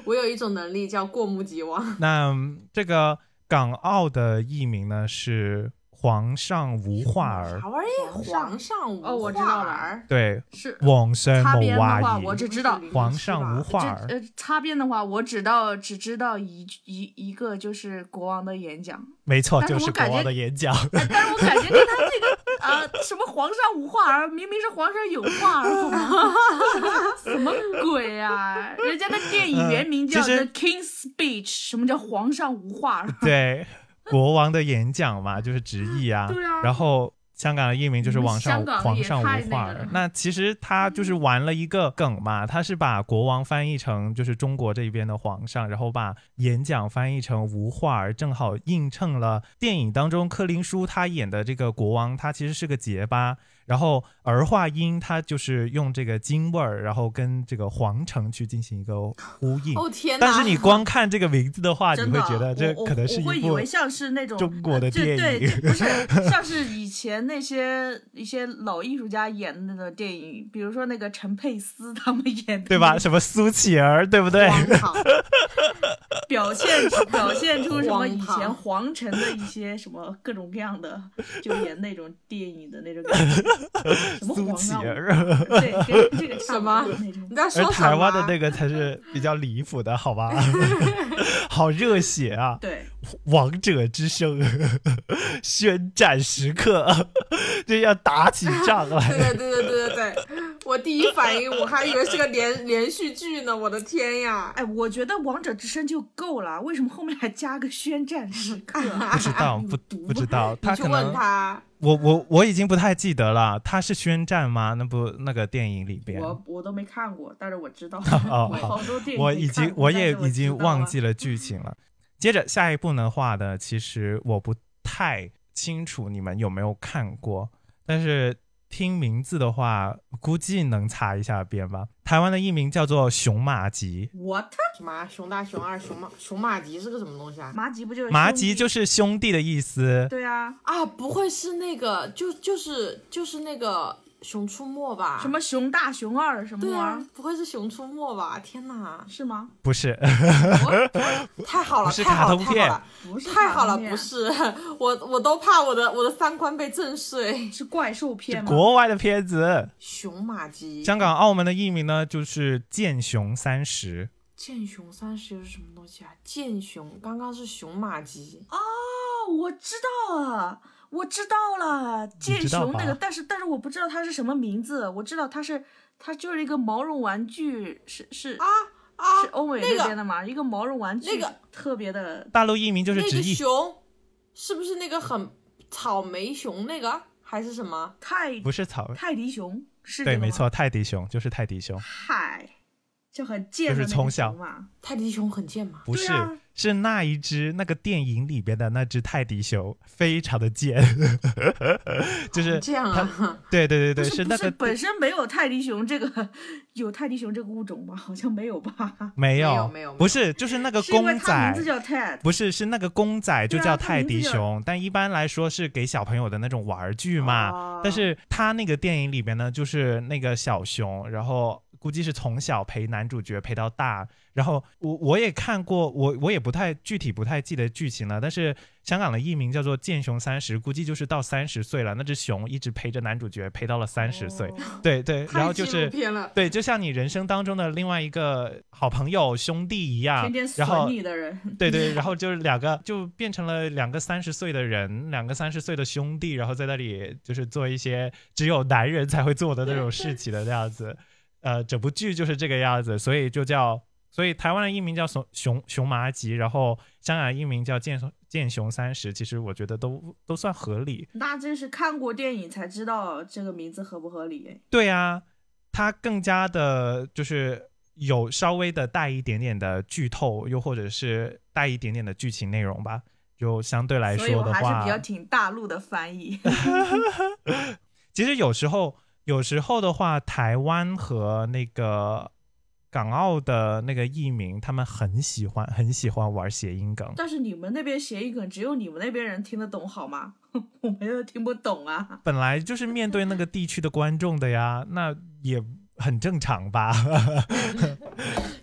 [SPEAKER 2] 我有一种能力叫过目即忘。
[SPEAKER 1] 那嗯这个港澳的译名呢是皇上无话儿
[SPEAKER 2] 啥，玩意儿？皇
[SPEAKER 4] 皇
[SPEAKER 2] 上无
[SPEAKER 4] 哦我知道
[SPEAKER 2] 话
[SPEAKER 4] 了
[SPEAKER 2] 儿
[SPEAKER 1] 对，
[SPEAKER 4] 是
[SPEAKER 1] 皇上
[SPEAKER 4] 擦
[SPEAKER 1] 无
[SPEAKER 4] 边的
[SPEAKER 1] 话
[SPEAKER 4] 话，
[SPEAKER 1] 儿
[SPEAKER 4] 我只知道。
[SPEAKER 1] 皇上无
[SPEAKER 2] 是
[SPEAKER 1] 话
[SPEAKER 2] 吧
[SPEAKER 4] 这
[SPEAKER 1] 儿。
[SPEAKER 4] 呃，擦边的话，我只到只知道一句一一个就是国王的演讲，
[SPEAKER 1] 没错，
[SPEAKER 4] 但是
[SPEAKER 1] 就
[SPEAKER 4] 我
[SPEAKER 1] 是国
[SPEAKER 4] 感觉
[SPEAKER 1] 王的演讲。
[SPEAKER 4] 哎但是我感觉跟他这个呃什么皇上无话儿，明明是皇上有话儿，好吗？什么鬼啊？人家的电影原名叫
[SPEAKER 1] 呃
[SPEAKER 4] 《
[SPEAKER 1] 其实
[SPEAKER 4] The King's Speech》，什么叫皇上无话 儿？
[SPEAKER 1] 对，国王的演讲嘛，就是直译啊。
[SPEAKER 4] 对啊
[SPEAKER 1] 然后香港的译名就是
[SPEAKER 4] 嗯
[SPEAKER 1] 皇上
[SPEAKER 4] 香港的
[SPEAKER 1] 皇
[SPEAKER 4] 也
[SPEAKER 1] 上
[SPEAKER 4] 太
[SPEAKER 1] 无话
[SPEAKER 4] 那个
[SPEAKER 1] 儿
[SPEAKER 4] 了。嗯
[SPEAKER 1] 那其实他就是玩了一个梗嘛，他是把国王翻译成就是中国这边的皇上，然后把演讲翻译成无话儿，正好映衬了电影当中柯林叔他演的这个国王，他其实是个结巴。然后儿化音它就是用这个京味儿，然后跟这个皇城去进行一个呼应。
[SPEAKER 2] 哦天哪！
[SPEAKER 1] 但是你光看这个名字的啊话，你
[SPEAKER 4] 真
[SPEAKER 1] 会
[SPEAKER 4] 的，
[SPEAKER 1] 觉得这
[SPEAKER 4] 我
[SPEAKER 1] 可能是一
[SPEAKER 4] 我我会以
[SPEAKER 1] 部
[SPEAKER 4] 为像是那种
[SPEAKER 1] 中国的
[SPEAKER 4] 就
[SPEAKER 1] 电
[SPEAKER 4] 对，
[SPEAKER 1] 影
[SPEAKER 4] 就不是 像是以前那些一些老艺术家演的那种电影，比如说那个陈佩斯他们演的，
[SPEAKER 1] 对吧？？什么苏乞儿，对不对？
[SPEAKER 2] 荒 唐，
[SPEAKER 4] 表现表现出什么以
[SPEAKER 2] 荒
[SPEAKER 4] 前
[SPEAKER 2] 唐
[SPEAKER 4] 皇城的一些什么各种各样的，就演那种电影的那种感 觉，什么啊
[SPEAKER 1] 苏
[SPEAKER 4] 皇
[SPEAKER 1] 乞
[SPEAKER 4] 上
[SPEAKER 1] 儿，
[SPEAKER 4] 对，跟这个差
[SPEAKER 2] 什
[SPEAKER 4] 不
[SPEAKER 2] 么
[SPEAKER 4] 多那种
[SPEAKER 2] 你。在
[SPEAKER 1] 而
[SPEAKER 2] 说什么？
[SPEAKER 1] 哎台湾的那个才是比较离谱的，好吧？ 好热血啊！
[SPEAKER 4] 对，
[SPEAKER 1] 王者之声， 宣战时刻， 这要打起仗
[SPEAKER 2] 对
[SPEAKER 1] 来。
[SPEAKER 2] 啊对对对对 对对，我第一反应我还以为是个连连续剧呢，我的天呀！
[SPEAKER 4] 哎，我觉得王者之声就够了，为什么后面还加个宣战时刻啊？
[SPEAKER 1] 不知道，不
[SPEAKER 4] 毒
[SPEAKER 1] 不知道，他
[SPEAKER 2] 你去
[SPEAKER 1] 可
[SPEAKER 2] 问
[SPEAKER 1] 能
[SPEAKER 2] 他，
[SPEAKER 1] 我我我已经不太记得了，他是宣战吗？那部那个电影里边，
[SPEAKER 4] 我我都没看过，但是我知道，
[SPEAKER 1] 嗯哦
[SPEAKER 4] 我
[SPEAKER 1] 好
[SPEAKER 4] 好多电影
[SPEAKER 1] 我
[SPEAKER 4] 没
[SPEAKER 1] 已
[SPEAKER 4] 看
[SPEAKER 1] 经
[SPEAKER 4] 过
[SPEAKER 1] 我
[SPEAKER 4] 但
[SPEAKER 1] 也
[SPEAKER 4] 是
[SPEAKER 1] 已经
[SPEAKER 4] 知道
[SPEAKER 1] 忘
[SPEAKER 4] 啊
[SPEAKER 1] 记了剧情了。接着下一部的话呢，其实我不太清楚你们有没有看过，但是听名字的话，估计能查一下边吧。台湾的译名叫做《熊马吉
[SPEAKER 4] what
[SPEAKER 2] 什么熊大、熊二、熊马、熊马吉是个什么东西啊？
[SPEAKER 4] 麻吉不就是》，
[SPEAKER 1] 麻
[SPEAKER 4] 兄
[SPEAKER 1] 吉
[SPEAKER 4] 弟
[SPEAKER 1] 就是兄弟的意思。
[SPEAKER 4] 对啊，
[SPEAKER 2] 啊，不会是那个，就就是就是那个熊出没吧？
[SPEAKER 1] 啊
[SPEAKER 4] 什？么熊大熊二什么
[SPEAKER 2] 对
[SPEAKER 4] 玩意
[SPEAKER 2] 啊
[SPEAKER 4] 儿、，！
[SPEAKER 2] 不会是熊出没吧？天哪
[SPEAKER 4] 是吗？
[SPEAKER 1] 不是，
[SPEAKER 2] 我太好了，
[SPEAKER 1] 不是
[SPEAKER 2] 太好
[SPEAKER 1] 卡
[SPEAKER 2] 了，
[SPEAKER 1] 通
[SPEAKER 2] 太好了，
[SPEAKER 4] 不是
[SPEAKER 2] 太好
[SPEAKER 4] 卡
[SPEAKER 2] 了，
[SPEAKER 4] 通片
[SPEAKER 2] 不是，我我都怕我的我的三观被震碎。
[SPEAKER 4] 是怪兽片吗？
[SPEAKER 1] 国外的片子。
[SPEAKER 2] 熊马吉，
[SPEAKER 1] 香港、澳门的译名呢，就是《剑雄三十
[SPEAKER 2] 剑熊三十又是什么东西啊？剑熊刚刚是熊马吉，
[SPEAKER 4] 哦，我知道了，我知道了，剑
[SPEAKER 1] 知道
[SPEAKER 4] 雄那个，
[SPEAKER 1] 吧
[SPEAKER 4] 但是但是我不知道它是什么名字，我知道它是它就是一个毛绒玩具，是是
[SPEAKER 2] 啊啊，
[SPEAKER 4] 是欧美
[SPEAKER 2] 那
[SPEAKER 4] 那
[SPEAKER 2] 个
[SPEAKER 4] 边的嘛，一个毛绒玩具，
[SPEAKER 2] 那个
[SPEAKER 4] 特别的》，
[SPEAKER 1] 大陆译名就是
[SPEAKER 2] 那
[SPEAKER 1] 直
[SPEAKER 2] 个
[SPEAKER 1] 译，
[SPEAKER 2] 熊是不是那个很草莓熊那个还是什么？
[SPEAKER 4] 泰
[SPEAKER 1] 不是草。
[SPEAKER 4] 泰迪熊是
[SPEAKER 1] 对，
[SPEAKER 4] 这个
[SPEAKER 1] 没
[SPEAKER 4] 吗
[SPEAKER 1] 错，泰迪熊就是泰迪熊，
[SPEAKER 4] 嗨，就很贱
[SPEAKER 1] 就
[SPEAKER 4] 的
[SPEAKER 1] 是
[SPEAKER 4] 那个
[SPEAKER 1] 从小
[SPEAKER 4] 熊嘛，
[SPEAKER 2] 泰迪熊很贱吗？
[SPEAKER 1] 不是、
[SPEAKER 4] 对啊
[SPEAKER 1] 是那一只那个电影里边的那只泰迪熊，非常的贱， 就是
[SPEAKER 2] 这样啊，
[SPEAKER 1] 对对对
[SPEAKER 4] 哦不
[SPEAKER 1] 对，
[SPEAKER 4] 是不
[SPEAKER 1] 那
[SPEAKER 4] 是
[SPEAKER 1] 个
[SPEAKER 4] 本身没有泰迪熊这个有泰迪熊这个物种吧？好像没有吧？
[SPEAKER 1] 没
[SPEAKER 2] 没
[SPEAKER 1] 有
[SPEAKER 2] 有没有
[SPEAKER 1] 不是就是那个
[SPEAKER 4] 是因为
[SPEAKER 1] 公
[SPEAKER 4] 它
[SPEAKER 1] 仔
[SPEAKER 4] 名字。叫 Ted，
[SPEAKER 1] 不是，是那个公仔就
[SPEAKER 4] 对啊
[SPEAKER 1] 叫
[SPEAKER 4] 它
[SPEAKER 1] 泰
[SPEAKER 4] 名字
[SPEAKER 1] 迪
[SPEAKER 4] 叫
[SPEAKER 1] 熊，但一般来说是给小朋友的那种玩具嘛。
[SPEAKER 2] 哦
[SPEAKER 1] 但是他那个电影里边呢，就是那个小熊，然后估计是从小陪男主角陪到大。然后我我也看过，我我也不太具体不太记得剧情了，但是香港的译名叫做《剑熊三十》，估计就是到三十岁了，那只熊一直陪着男主角陪到了三十岁。
[SPEAKER 4] 哦
[SPEAKER 1] 对对，然后就
[SPEAKER 2] 太纪录
[SPEAKER 1] 是。
[SPEAKER 2] 片了，
[SPEAKER 1] 对，就像你人生当中的另外一个好朋友、兄弟一样
[SPEAKER 4] 天天，
[SPEAKER 1] 啊然后
[SPEAKER 4] 损你的人，
[SPEAKER 1] 对对，然后就是两个就变成了两个三十岁的人，两个三十岁的兄弟，然后在那里就是做一些只有男人才会做的那种事情的那样子。呃，整部剧就是这个样子，所以就叫，所以台湾的译名叫熊熊熊麻吉，然后香港的译名叫剑熊剑熊三十，其实我觉得都都算合理。
[SPEAKER 4] 那真是看过电影才知道这个名字合不合理。
[SPEAKER 1] 对啊，它更加的就是有稍微的带一点点的剧透，又或者是带一点点的剧情内容吧。就相对来
[SPEAKER 4] 所以
[SPEAKER 1] 说
[SPEAKER 4] 我
[SPEAKER 1] 的
[SPEAKER 4] 还是
[SPEAKER 1] 话
[SPEAKER 4] 比，较挺大陆的翻 译，
[SPEAKER 1] 其实有时候，有时候的话，台湾和那个港澳的那个译名，他们很喜欢，很喜欢玩谐音梗。
[SPEAKER 4] 但是你们那边谐音梗只有你们那边人听得懂好吗？ 我们又听不懂啊。
[SPEAKER 1] 本来就是面对那个地区的观众的呀，那也很正常吧。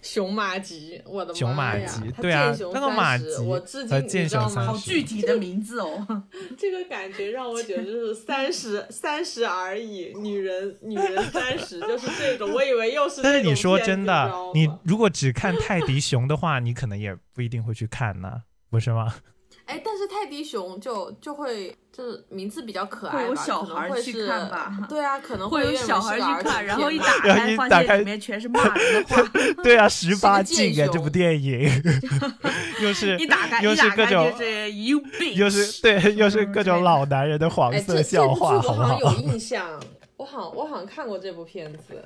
[SPEAKER 2] 熊马吉，我的妈呀
[SPEAKER 1] 熊马吉
[SPEAKER 2] 它
[SPEAKER 1] 对啊
[SPEAKER 2] 剑雄
[SPEAKER 1] 那个马吉
[SPEAKER 2] 30我至
[SPEAKER 1] 和
[SPEAKER 2] 今你
[SPEAKER 1] 剑
[SPEAKER 2] 知
[SPEAKER 1] 雄
[SPEAKER 2] 道吗？
[SPEAKER 1] 30
[SPEAKER 2] 好
[SPEAKER 4] 好具体的名字哦，
[SPEAKER 2] 这个感觉让我觉得就是 三十三十而已，女人女人三十就是这种，我以为又是 这种片子。
[SPEAKER 1] 但是你说真的，
[SPEAKER 2] 知
[SPEAKER 1] 你
[SPEAKER 2] 道吗
[SPEAKER 1] 如果只看泰迪熊的话，你可能也不一定会去看呢，不是 吗？
[SPEAKER 2] 哎，但是泰迪熊就就会就是名字比较可爱吧，
[SPEAKER 4] 会有小孩
[SPEAKER 2] 可能会
[SPEAKER 4] 去
[SPEAKER 2] 是
[SPEAKER 4] 看吧
[SPEAKER 2] 对啊，可能
[SPEAKER 4] 会有
[SPEAKER 2] 认为
[SPEAKER 4] 小
[SPEAKER 2] 是
[SPEAKER 4] 孩
[SPEAKER 2] 个儿
[SPEAKER 4] 去
[SPEAKER 2] 童
[SPEAKER 4] 看，然后
[SPEAKER 2] 片
[SPEAKER 4] 一
[SPEAKER 2] 吧
[SPEAKER 4] 打
[SPEAKER 1] 然后
[SPEAKER 4] 开
[SPEAKER 1] 一
[SPEAKER 4] 发
[SPEAKER 1] 打开
[SPEAKER 4] 现里面全是骂人的 话，
[SPEAKER 1] 对啊，十八
[SPEAKER 2] 是个
[SPEAKER 1] 禁
[SPEAKER 2] 剑
[SPEAKER 1] 哎，这部
[SPEAKER 2] 雄
[SPEAKER 1] 电影 又是
[SPEAKER 4] 一打开
[SPEAKER 1] 又
[SPEAKER 4] 一打
[SPEAKER 1] 是各
[SPEAKER 4] 开
[SPEAKER 1] 种
[SPEAKER 4] 就是一 o
[SPEAKER 1] 又是对，又是
[SPEAKER 4] 嗯
[SPEAKER 1] 各
[SPEAKER 4] 之类
[SPEAKER 1] 种
[SPEAKER 4] 的
[SPEAKER 1] 老男人的黄
[SPEAKER 2] 哎，
[SPEAKER 1] 色
[SPEAKER 2] 这
[SPEAKER 1] 笑话，
[SPEAKER 2] 这
[SPEAKER 1] 好不
[SPEAKER 2] 部剧我好像
[SPEAKER 1] 好？
[SPEAKER 2] 有印象，我好像我好像看过这部片子。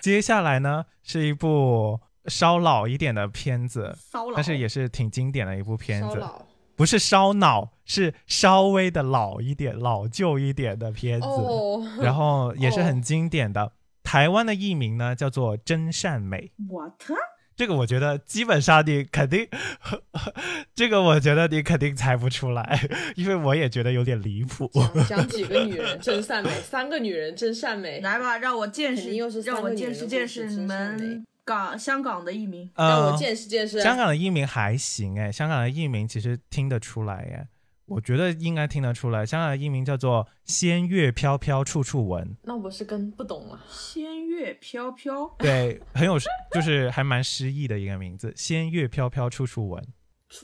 [SPEAKER 1] 接下来呢，是一部稍老一点的片子，
[SPEAKER 4] 骚 扰，
[SPEAKER 1] 但是也是挺经典的一部片
[SPEAKER 2] 骚
[SPEAKER 1] 子，
[SPEAKER 2] 扰
[SPEAKER 1] 不是烧脑，是稍微的老一点、老旧一点的片子，
[SPEAKER 2] 哦，
[SPEAKER 1] 然后也是很
[SPEAKER 2] 哦
[SPEAKER 1] 经典的。台湾的译名呢叫做《真善美》。
[SPEAKER 4] what？
[SPEAKER 1] 这个我觉得基本上你肯定， 这个我觉得你肯定猜不出来，因为我也觉得有点离 谱。
[SPEAKER 2] 讲讲几个女人真善美，三个女人真善美，
[SPEAKER 4] 来吧，让我见
[SPEAKER 2] 肯
[SPEAKER 4] 识
[SPEAKER 2] 定又是，三
[SPEAKER 4] 让我
[SPEAKER 2] 个女
[SPEAKER 4] 见
[SPEAKER 2] 人
[SPEAKER 4] 识
[SPEAKER 2] 的
[SPEAKER 4] 见
[SPEAKER 2] 故
[SPEAKER 4] 识
[SPEAKER 2] 事
[SPEAKER 4] 你
[SPEAKER 2] 真善
[SPEAKER 4] 们
[SPEAKER 2] 美
[SPEAKER 4] 港香港的译名。
[SPEAKER 1] 呃，
[SPEAKER 2] 让我见识见识。
[SPEAKER 1] 香港的译名还行哎，香港的译名其实听得出来耶，我觉得应该听得出来。香港的译名叫做《仙乐飘飘处处闻》，
[SPEAKER 2] 那我是跟不懂了，
[SPEAKER 4] 仙乐飘 飘，
[SPEAKER 1] 对，很有诗就是还蛮诗意的一个名字，《仙乐飘飘处处闻》，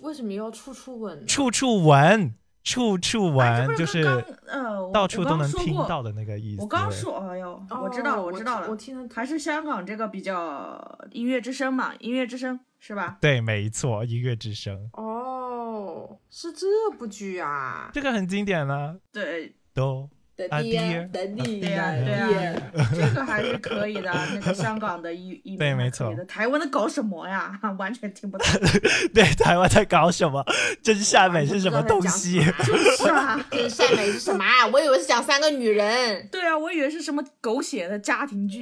[SPEAKER 2] 为什么要处处吻？
[SPEAKER 1] 处处闻，处处闻，
[SPEAKER 4] 哎这不
[SPEAKER 1] 就是
[SPEAKER 4] 刚刚呃我
[SPEAKER 1] 到处都能
[SPEAKER 4] 我刚
[SPEAKER 1] 听
[SPEAKER 4] 说过
[SPEAKER 1] 到的那个意思。
[SPEAKER 4] 我刚说，哎呦，
[SPEAKER 2] 哦
[SPEAKER 4] 我知道了，知道了，
[SPEAKER 2] 我听得
[SPEAKER 4] 还是香港这个比较音乐之声嘛，音乐之声是吧？
[SPEAKER 1] 对，没错，音乐之声，
[SPEAKER 2] 哦，是这部剧啊。
[SPEAKER 1] 这个很经典呢、
[SPEAKER 4] 对，
[SPEAKER 1] 都
[SPEAKER 2] 的
[SPEAKER 1] 啊
[SPEAKER 2] 地呀
[SPEAKER 1] 爹，
[SPEAKER 2] 的地
[SPEAKER 1] 对呀
[SPEAKER 2] 呀，的
[SPEAKER 4] 对啊
[SPEAKER 2] 地呀，
[SPEAKER 4] 呀，这个还是可以的。那个香港的译译名
[SPEAKER 1] 对
[SPEAKER 4] 还
[SPEAKER 1] 没
[SPEAKER 4] 可以
[SPEAKER 1] 错
[SPEAKER 4] 的台湾的搞什么呀？ 完全听 不懂。
[SPEAKER 1] 对台湾在搞什么？真善美是什么东西？
[SPEAKER 4] 是 啊，
[SPEAKER 2] 真善美是什么啊？我以为是讲三个女人。
[SPEAKER 4] 对啊，我以为是什么狗血的家 庭剧，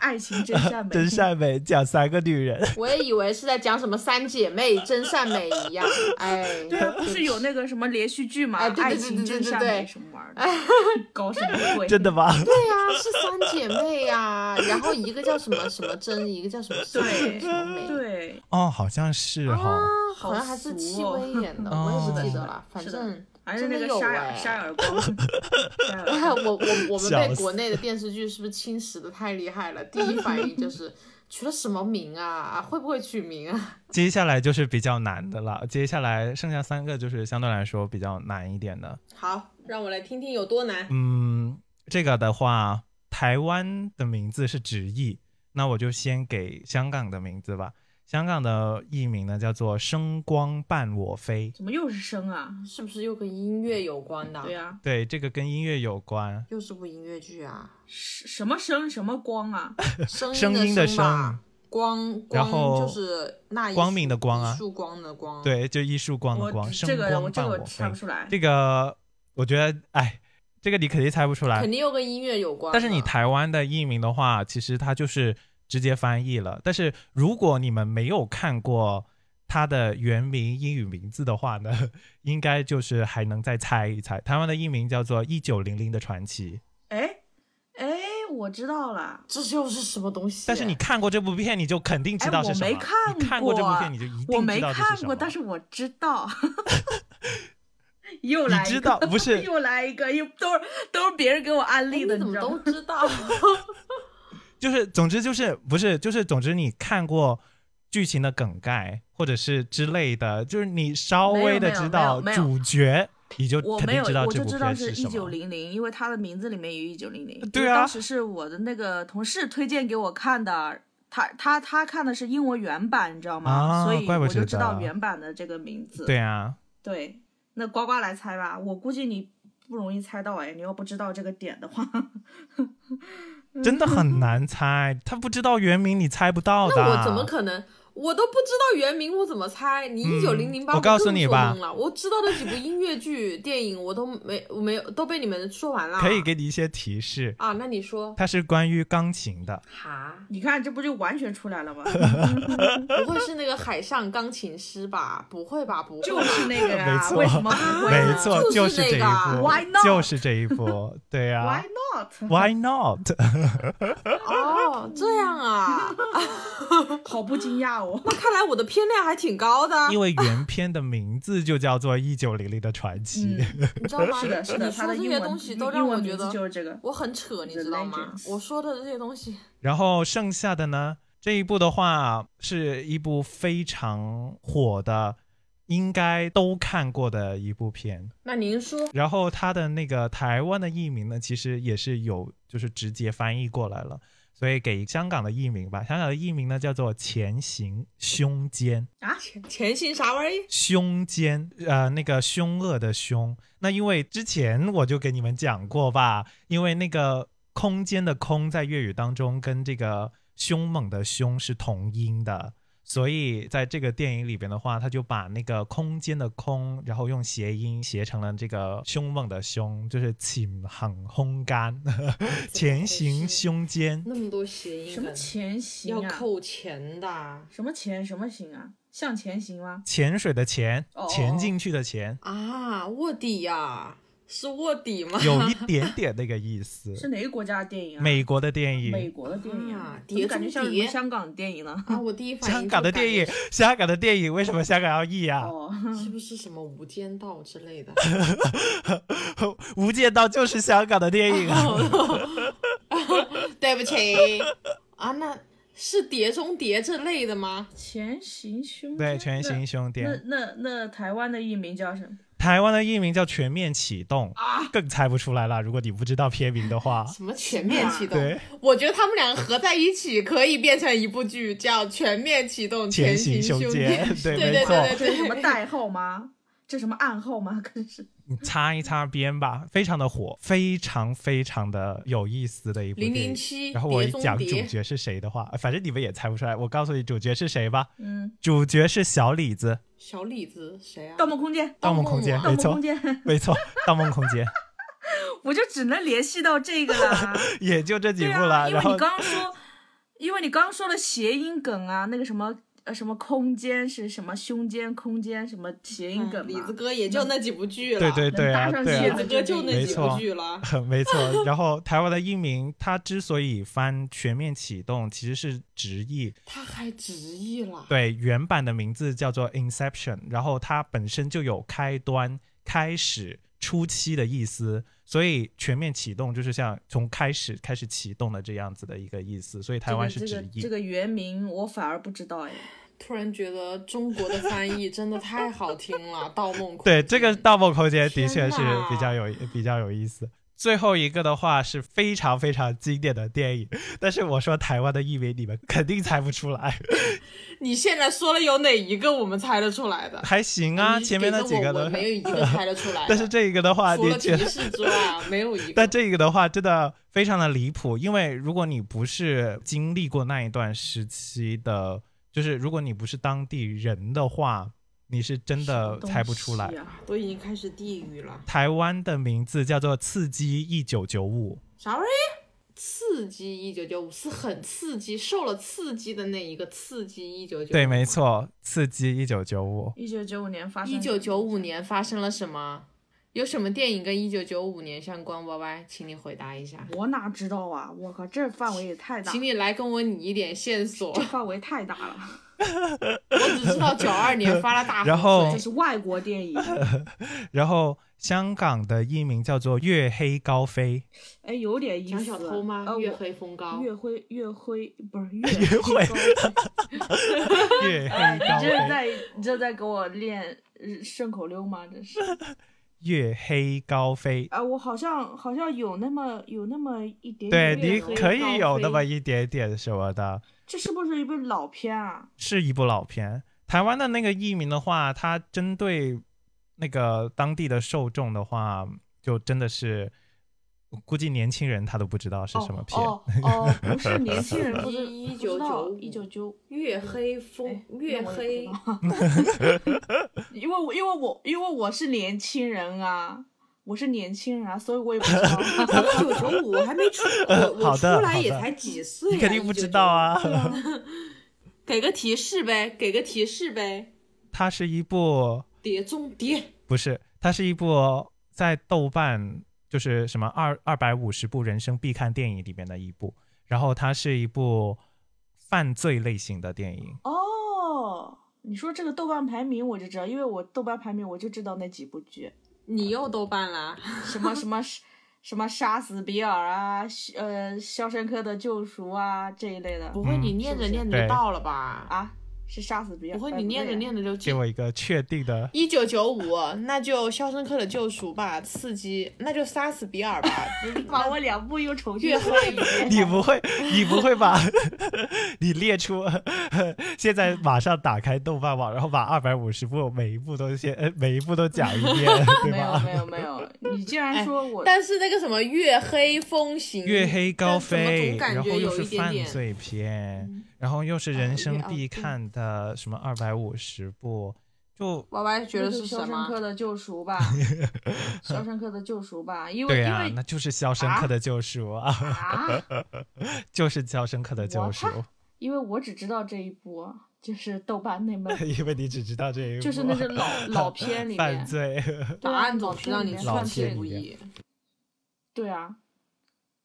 [SPEAKER 4] 爱情真善美。
[SPEAKER 1] 真善美讲三个女人，
[SPEAKER 4] 哎
[SPEAKER 2] 我也以为是在讲什么三姐妹真善美一样，哎，
[SPEAKER 4] 对啊，不是有那个什么连续剧嘛，
[SPEAKER 2] 哎对对
[SPEAKER 4] 爱情真善
[SPEAKER 2] 对对对哎
[SPEAKER 4] 美
[SPEAKER 2] 对
[SPEAKER 4] 什么玩意儿的，搞什么鬼？
[SPEAKER 1] 真的吗？
[SPEAKER 2] 对呀、啊是三姐妹呀、然后一个叫什么什么真，一个叫什么什
[SPEAKER 4] 对
[SPEAKER 2] 么什么美，
[SPEAKER 4] 对，
[SPEAKER 1] 哦，好像是哈、
[SPEAKER 2] 啊，好像
[SPEAKER 4] 好
[SPEAKER 2] 还是
[SPEAKER 4] 俗
[SPEAKER 2] 戚
[SPEAKER 4] 哦
[SPEAKER 2] 薇 演的，
[SPEAKER 1] 哦
[SPEAKER 2] 我也不记
[SPEAKER 1] 是
[SPEAKER 2] 得
[SPEAKER 1] 的
[SPEAKER 2] 了，反
[SPEAKER 4] 是的
[SPEAKER 2] 正。
[SPEAKER 4] 还是那
[SPEAKER 2] 真的
[SPEAKER 4] 个
[SPEAKER 2] 有
[SPEAKER 4] 沙
[SPEAKER 2] 哎
[SPEAKER 4] 哑沙哑光，沙哑光。
[SPEAKER 2] 我我 我们
[SPEAKER 1] 笑
[SPEAKER 2] 被
[SPEAKER 1] 死
[SPEAKER 2] 国内的电视剧是不是侵蚀的太厉害了？第一反应 就是取了什么名啊？啊会不会取名啊？
[SPEAKER 1] 接下来就是比较难的了，接下来剩下三个就是相对来说比较难一点的。
[SPEAKER 2] 好，让我来听听有多难。
[SPEAKER 1] 嗯，这个的话，台湾的名字是直译，那我就先给香港的名字吧。香港的译名呢叫做“声光伴我飞
[SPEAKER 4] 怎么又是生啊？
[SPEAKER 2] 是不是又跟音乐有关的？
[SPEAKER 4] 对、啊呀、”，
[SPEAKER 1] 对，这个跟音乐有关，
[SPEAKER 2] 又是部音乐剧啊，
[SPEAKER 4] 什什么生什么光啊？
[SPEAKER 2] 声
[SPEAKER 1] 声音的
[SPEAKER 2] 声吧，光
[SPEAKER 1] 然
[SPEAKER 2] 光
[SPEAKER 1] 后
[SPEAKER 2] 就是那一
[SPEAKER 1] 光明的
[SPEAKER 2] 束
[SPEAKER 1] 光啊
[SPEAKER 2] 一束光的光，，
[SPEAKER 1] 对，就艺术光的
[SPEAKER 4] 我
[SPEAKER 1] 光，声
[SPEAKER 4] 这个我
[SPEAKER 1] 光
[SPEAKER 4] 这
[SPEAKER 1] 伴
[SPEAKER 4] 个
[SPEAKER 1] 我
[SPEAKER 4] 我
[SPEAKER 1] 飞。
[SPEAKER 4] 猜不出来。
[SPEAKER 1] 这个我觉得，哎，这个你肯定猜不出来
[SPEAKER 2] 肯。定又跟音乐有关
[SPEAKER 1] 但
[SPEAKER 2] 的。
[SPEAKER 1] 是你台湾的译名的话，其实它就是直接翻译了。但是如果你们没有看过它的原名英语名字的话呢，应该就是还能再猜一猜。台湾的译名叫做《一九零零的传奇》，
[SPEAKER 4] 哎哎，我知道了。
[SPEAKER 2] 这又是什么东西？哎
[SPEAKER 1] 但是你看过这部片，你就肯定知道是什么。
[SPEAKER 4] 哎我没看
[SPEAKER 1] 你看过这部
[SPEAKER 4] 过
[SPEAKER 1] 片，你就一
[SPEAKER 4] 我
[SPEAKER 1] 定
[SPEAKER 4] 没
[SPEAKER 1] 知道这
[SPEAKER 4] 看
[SPEAKER 1] 什么。
[SPEAKER 4] 过，但是我知 道。又
[SPEAKER 1] 你
[SPEAKER 4] 来一个，
[SPEAKER 1] 知 道不是
[SPEAKER 4] 又来一个，又都是都是别人给我安
[SPEAKER 2] 哎
[SPEAKER 4] 利
[SPEAKER 2] 你
[SPEAKER 4] 的，
[SPEAKER 2] 怎
[SPEAKER 4] 你
[SPEAKER 2] 么
[SPEAKER 4] 知道
[SPEAKER 2] 都
[SPEAKER 4] 吗？
[SPEAKER 2] 知道？
[SPEAKER 1] 就是，总之就是不是就是，总之你看过剧情的梗概或者是之类的，就是你稍微的知道
[SPEAKER 4] 没有没有没
[SPEAKER 1] 主角，你就
[SPEAKER 4] 我
[SPEAKER 1] 肯
[SPEAKER 4] 没
[SPEAKER 1] 定
[SPEAKER 4] 有，
[SPEAKER 1] 知道
[SPEAKER 4] 我
[SPEAKER 1] 这
[SPEAKER 4] 就
[SPEAKER 1] 部
[SPEAKER 4] 知道
[SPEAKER 1] 片
[SPEAKER 4] 是
[SPEAKER 1] 是
[SPEAKER 4] 一
[SPEAKER 1] 什
[SPEAKER 4] 九
[SPEAKER 1] 么。
[SPEAKER 4] 零零，因为它的名字里面有一九零零。
[SPEAKER 1] 对啊
[SPEAKER 4] 因为当时是我的那个同事推荐给我看的，他他他看的是英文原版，你知道吗？
[SPEAKER 1] 啊
[SPEAKER 4] 所以
[SPEAKER 1] 怪不
[SPEAKER 4] 我就
[SPEAKER 1] 得
[SPEAKER 4] 知道原版的这个名字。
[SPEAKER 1] 对啊，
[SPEAKER 4] 对，那呱呱来猜吧，我估计你不容易猜到哎，你要不知道这个点的话，嗯
[SPEAKER 1] 真的很难猜，他不知道原名，你猜不到的。
[SPEAKER 2] 那我怎么可能？我都不知道原名，我怎么猜？你一九零零八，
[SPEAKER 1] 嗯我告诉你吧
[SPEAKER 2] 了，我知道的几部音乐剧、电影，我都没，我没有，都被你们说完了。
[SPEAKER 1] 可以给你一些提示？
[SPEAKER 2] 啊？那你说
[SPEAKER 1] 它是关于钢琴的，
[SPEAKER 2] 哈？
[SPEAKER 4] 你看这不就完全出 来了吗？
[SPEAKER 2] 不会是那个海上钢琴师吧？不会吧？不会吧，
[SPEAKER 4] 就是那个
[SPEAKER 1] 没
[SPEAKER 4] 呀、
[SPEAKER 1] 错
[SPEAKER 4] 为什么不会啊
[SPEAKER 1] 没
[SPEAKER 4] 呢？
[SPEAKER 1] 错，
[SPEAKER 2] 就
[SPEAKER 1] 就是这一
[SPEAKER 2] 那个
[SPEAKER 1] 部
[SPEAKER 4] Why not？
[SPEAKER 1] 就是这一部，对啊
[SPEAKER 4] Why not？
[SPEAKER 1] ，Why not？
[SPEAKER 2] 哦，这样啊，
[SPEAKER 4] 好不惊讶哦。
[SPEAKER 2] 那看来我的偏量还挺高的，
[SPEAKER 1] 因为原片的名字就叫做《一九零零的传 奇》
[SPEAKER 4] 嗯，
[SPEAKER 2] 你知道吗？
[SPEAKER 4] 是的，是的，
[SPEAKER 2] 你
[SPEAKER 4] 他
[SPEAKER 2] 说
[SPEAKER 4] 的
[SPEAKER 2] 这
[SPEAKER 4] 英
[SPEAKER 2] 些
[SPEAKER 4] 文
[SPEAKER 2] 东西
[SPEAKER 4] 英
[SPEAKER 2] 都让
[SPEAKER 4] 英
[SPEAKER 2] 我
[SPEAKER 4] 文
[SPEAKER 2] 觉
[SPEAKER 4] 名字
[SPEAKER 2] 得
[SPEAKER 4] 就是这个。
[SPEAKER 2] 我很扯，你知道吗？
[SPEAKER 4] Legends
[SPEAKER 2] 我说的这些东西，
[SPEAKER 1] 然后剩下的呢，这一部的话是一部非常火的，应该都看过的一部片。
[SPEAKER 2] 那您说
[SPEAKER 1] 然后它的那个台湾的译名呢，其实也是有就是直接翻译过来了，所以给香港的译名吧。香港的译名呢叫做《前行凶间》，
[SPEAKER 4] 啊
[SPEAKER 2] 前行啥玩意？
[SPEAKER 1] 凶间，呃，那个凶恶的凶。那因为之前我就给你们讲过吧，因为那个空间的空在粤语当中跟这个凶猛的凶是同音的，所以在这个电影里边的话，他就把那个空间的空，然后用谐音谐成了这个凶猛的凶，就是请很烘干， 前行胸间。
[SPEAKER 2] 那么多谐音
[SPEAKER 4] 什么
[SPEAKER 2] 梗，
[SPEAKER 4] 前行啊？
[SPEAKER 2] 要扣钱的
[SPEAKER 4] 什么前什么行啊？向前行吗？
[SPEAKER 1] 潜水的潜
[SPEAKER 4] 哦哦，哦
[SPEAKER 1] 潜进去的潜，
[SPEAKER 2] 啊，卧底呀、是卧底吗？
[SPEAKER 1] 有一点点那个意思。
[SPEAKER 4] 是哪个国家的电影啊？
[SPEAKER 1] 美国的电
[SPEAKER 4] 美
[SPEAKER 1] 影，
[SPEAKER 4] 国的电影
[SPEAKER 2] 啊
[SPEAKER 4] 怎么
[SPEAKER 2] 碟
[SPEAKER 4] 感觉
[SPEAKER 2] 中
[SPEAKER 4] 像什
[SPEAKER 2] 谍
[SPEAKER 4] 么香港电影呢？
[SPEAKER 2] 啊，我第一反应
[SPEAKER 1] 香港的
[SPEAKER 2] 就感
[SPEAKER 1] 电
[SPEAKER 2] 觉
[SPEAKER 1] 影，香港的电影，为什么香港要译啊？
[SPEAKER 4] 哦，
[SPEAKER 2] 是不是什么《无间道》之 类的？
[SPEAKER 1] 无间道》就是香港的电影啊。
[SPEAKER 2] 对不起 啊，那是《碟中谍》这类的吗？
[SPEAKER 4] 前行兄 弟
[SPEAKER 1] 对，《全行兄弟》
[SPEAKER 4] 那那那台湾的译名叫什么？
[SPEAKER 1] 台湾的译名叫《全面启动》，更猜不出来了。如果你不知道片名的话，
[SPEAKER 2] 什么全面启动？
[SPEAKER 1] 对，
[SPEAKER 2] 我觉得他们两个合在一起可以变成一部剧，叫《全面启动
[SPEAKER 1] 前
[SPEAKER 2] 行
[SPEAKER 1] 行
[SPEAKER 2] 兄
[SPEAKER 1] 兄
[SPEAKER 2] 弟》
[SPEAKER 1] 间，
[SPEAKER 2] 对
[SPEAKER 1] 没
[SPEAKER 2] 对
[SPEAKER 1] 错，
[SPEAKER 2] 对
[SPEAKER 4] 这是什么代号吗？ 这什么暗号吗？可是
[SPEAKER 1] 你擦一擦边吧，非常的火，非常非常的有意思的一部
[SPEAKER 2] 零
[SPEAKER 1] 电
[SPEAKER 2] 零
[SPEAKER 1] 影。
[SPEAKER 2] 七
[SPEAKER 1] 然后我一
[SPEAKER 2] 碟中
[SPEAKER 1] 讲主
[SPEAKER 2] 谍
[SPEAKER 1] 角是谁的话，呃反正你们也猜不出来。我告诉你主角是谁吧，
[SPEAKER 4] 嗯，
[SPEAKER 1] 主角是小李子，
[SPEAKER 2] 小李子谁啊？
[SPEAKER 4] 《盗梦空间》《
[SPEAKER 1] 《盗
[SPEAKER 2] 梦
[SPEAKER 1] 梦空间》
[SPEAKER 2] 啊
[SPEAKER 4] 盗
[SPEAKER 1] 没
[SPEAKER 4] 梦空
[SPEAKER 1] 错，
[SPEAKER 4] 间》，
[SPEAKER 1] 没错，《盗梦空间》
[SPEAKER 4] 我就只能联系到这 个了。
[SPEAKER 1] 也就这几
[SPEAKER 4] 对
[SPEAKER 1] 部
[SPEAKER 4] 啊，
[SPEAKER 1] 了。
[SPEAKER 4] 因为
[SPEAKER 1] 然后
[SPEAKER 4] 你刚刚说，因为你刚刚说了谐音梗啊，那个什么呃什么空间是什么胸间空间什么谐音梗
[SPEAKER 2] 哎
[SPEAKER 4] 嘛
[SPEAKER 2] 李子哥也就那几部剧了，
[SPEAKER 1] 对对对啊，
[SPEAKER 4] 能搭上
[SPEAKER 1] 对
[SPEAKER 4] 线
[SPEAKER 2] 李
[SPEAKER 1] 啊
[SPEAKER 4] 的，
[SPEAKER 2] 子哥就那
[SPEAKER 1] 没
[SPEAKER 2] 几
[SPEAKER 1] 错
[SPEAKER 2] 部剧了。
[SPEAKER 1] 没错，然后台湾的译名，它之所以翻全面启动，其实是直译。
[SPEAKER 2] 他还直译了，
[SPEAKER 1] 对，原版的名字叫做 Inception，然后它本身就有开端、开始、初期的意思，所以全面启动就是像从开始开始启动的这样子的一个意思，所以台湾是
[SPEAKER 4] 这个
[SPEAKER 1] 直
[SPEAKER 4] 这
[SPEAKER 1] 译。
[SPEAKER 4] 个这个原名我反而不知道哎，
[SPEAKER 2] 突然觉得中国的翻译真的太好听 了，《盗梦空间》
[SPEAKER 1] 对，这个《盗梦空间》的
[SPEAKER 2] 嗯天
[SPEAKER 1] 确是
[SPEAKER 2] 哪
[SPEAKER 1] 比较有比较有意思。最后一个的话是非常非常经典的电影，但是我说台湾的译名，你们肯定猜不出 来。
[SPEAKER 2] 你现在说了有哪一个我们猜得出来的？
[SPEAKER 1] 还行啊，
[SPEAKER 2] 你
[SPEAKER 1] 前面那几
[SPEAKER 2] 给
[SPEAKER 1] 个都
[SPEAKER 2] 的我我没有一 个猜得出来的
[SPEAKER 1] 但是这一个的话，
[SPEAKER 2] 除
[SPEAKER 1] 的
[SPEAKER 2] 了
[SPEAKER 1] 确
[SPEAKER 2] 提，示之外，啊没有一个。
[SPEAKER 1] 但这个的话真的非常的离谱，因为如果你不是经历过那一段时期的，就是如果你不是当地人的话，你是真的猜不出来
[SPEAKER 4] 什么。东西啊
[SPEAKER 2] 都已经开始地狱了。
[SPEAKER 1] 台湾的名字叫做《刺激一九九五
[SPEAKER 2] 啥玩意儿？刺激一九九五是很刺激，受了刺激的那一个刺激一九》，九
[SPEAKER 1] 对，没错，《刺激一九九五》。
[SPEAKER 4] 一九九五年发生
[SPEAKER 2] 一
[SPEAKER 4] 的，
[SPEAKER 2] 九九五年发生了什么？有什么电影跟一九九五年相关？歪歪，请你回答一下，
[SPEAKER 4] 我哪知道啊，我靠，这范围也太大
[SPEAKER 2] 请。你来跟我拟一点线索
[SPEAKER 4] 这。范围太大了，
[SPEAKER 2] 我只知道九二年发了 大
[SPEAKER 1] 然后
[SPEAKER 2] 洪
[SPEAKER 4] 这
[SPEAKER 2] 水
[SPEAKER 4] 是外国电 影。
[SPEAKER 1] 然后香港的译名叫做《月黑高飞
[SPEAKER 4] 哎，有点意
[SPEAKER 2] 蒋
[SPEAKER 4] 思。
[SPEAKER 2] 小偷吗？
[SPEAKER 4] 呃，
[SPEAKER 2] 月
[SPEAKER 4] 我
[SPEAKER 2] 黑风高。
[SPEAKER 4] 月辉，月辉不是
[SPEAKER 1] 约
[SPEAKER 4] 月
[SPEAKER 1] 会
[SPEAKER 4] 高
[SPEAKER 1] 月
[SPEAKER 4] 哎，
[SPEAKER 1] 黑
[SPEAKER 4] 你
[SPEAKER 1] 高
[SPEAKER 4] 这是
[SPEAKER 1] 飞，
[SPEAKER 4] 在你这是在给我练呃顺口溜吗？这是
[SPEAKER 1] 月黑高 飞。
[SPEAKER 4] 啊，我好像好像有那么有那么一点
[SPEAKER 1] 对，
[SPEAKER 4] 点
[SPEAKER 1] 你
[SPEAKER 4] 月黑
[SPEAKER 1] 可以有那
[SPEAKER 4] 高
[SPEAKER 1] 么
[SPEAKER 4] 飞
[SPEAKER 1] 一点点什么的，
[SPEAKER 4] 这是不是一部老片啊？
[SPEAKER 1] 是一部老片。台湾的那个译名的话，它针对那个当地的受众的话，就真的是估计年轻人他都不知道是什么片。
[SPEAKER 4] 哦哦哦，不是年轻人不是
[SPEAKER 2] 1995
[SPEAKER 4] 一九九
[SPEAKER 2] 月黑风
[SPEAKER 4] 哎，
[SPEAKER 2] 月
[SPEAKER 4] 那我
[SPEAKER 2] 黑
[SPEAKER 4] 也不知道 因为我因为我因为我是年轻人啊，我是年轻人啊，所以我也不知 道。
[SPEAKER 2] 一九九五还没出，我我
[SPEAKER 1] 好
[SPEAKER 2] 出
[SPEAKER 1] 的
[SPEAKER 2] 来
[SPEAKER 1] 好
[SPEAKER 2] 也
[SPEAKER 1] 的
[SPEAKER 2] 才几岁、啊，
[SPEAKER 1] 你肯定不知道啊！
[SPEAKER 2] 1995。给个提示呗，给个提示呗，
[SPEAKER 1] 它是一部
[SPEAKER 2] 《碟中谍》
[SPEAKER 1] 不是，它是一部在豆瓣就是什么二二百五十部人生必看电影里面的一部，然后它是一部犯罪类型的电影。
[SPEAKER 4] 哦，你说这个豆瓣排名我就知道，因为我豆瓣排名我就知道那几部剧。
[SPEAKER 2] 你又豆瓣啦？
[SPEAKER 1] 嗯
[SPEAKER 4] 什么什么是什么杀死比尔啊，呃，《肖申克的救赎》啊这一类的
[SPEAKER 2] 不会，
[SPEAKER 1] 嗯
[SPEAKER 2] 你念着
[SPEAKER 4] 是不是
[SPEAKER 2] 念着
[SPEAKER 1] 对
[SPEAKER 2] 就到了吧？
[SPEAKER 4] 啊，是杀死比尔。
[SPEAKER 2] 不会，
[SPEAKER 4] 哎
[SPEAKER 2] 你念着。念着就
[SPEAKER 1] 给
[SPEAKER 2] 进。
[SPEAKER 1] 我一个确定的
[SPEAKER 2] 一九九五，那就《肖申克的救赎》吧，刺激，那就杀死比尔吧。
[SPEAKER 4] 对把我两部又重新
[SPEAKER 2] 月
[SPEAKER 4] 说
[SPEAKER 2] 黑
[SPEAKER 4] 一遍。
[SPEAKER 1] 你不会，你不会把 你列出， 现在马上打开豆瓣网，然后把二百五十部每一部都先，呃，每一部都讲 一遍，对
[SPEAKER 4] 没有
[SPEAKER 1] 吧？
[SPEAKER 4] 没有没 有，你竟然说我
[SPEAKER 2] 哎但是那个什么月黑风行，
[SPEAKER 1] 月黑高
[SPEAKER 2] 但怎么
[SPEAKER 1] 飞，
[SPEAKER 2] 总感
[SPEAKER 1] 然
[SPEAKER 2] 觉
[SPEAKER 1] 后又
[SPEAKER 2] 有
[SPEAKER 1] 是
[SPEAKER 2] 一点
[SPEAKER 1] 犯
[SPEAKER 2] 点
[SPEAKER 1] 罪片，然后又是人生
[SPEAKER 2] 哎呀
[SPEAKER 1] 必看的什么二百五十部，就
[SPEAKER 2] 歪歪觉得是
[SPEAKER 4] 肖
[SPEAKER 2] 什
[SPEAKER 4] 申
[SPEAKER 2] 么？
[SPEAKER 4] 克的救赎 吧，肖申克的救赎吧，因为
[SPEAKER 1] 对
[SPEAKER 4] 因
[SPEAKER 1] 呀、
[SPEAKER 4] 为
[SPEAKER 1] 那就是《肖申克的救赎》啊，
[SPEAKER 4] 啊，
[SPEAKER 1] 就是《肖申克的救
[SPEAKER 4] 我
[SPEAKER 1] 赎》
[SPEAKER 4] 因为我只知道这一部，就是豆瓣那边，
[SPEAKER 1] 因为你只知道这一部，
[SPEAKER 4] 就是 那是老老片里
[SPEAKER 1] 犯
[SPEAKER 4] 面，
[SPEAKER 1] 罪，
[SPEAKER 4] 对
[SPEAKER 2] 答
[SPEAKER 4] 啊老
[SPEAKER 2] 案总是让你
[SPEAKER 4] 片里面
[SPEAKER 1] 老
[SPEAKER 2] 万
[SPEAKER 4] 犯
[SPEAKER 1] 片
[SPEAKER 2] 骗
[SPEAKER 1] 里
[SPEAKER 2] 不
[SPEAKER 4] 罪，
[SPEAKER 1] 面
[SPEAKER 2] 已。
[SPEAKER 4] 对啊，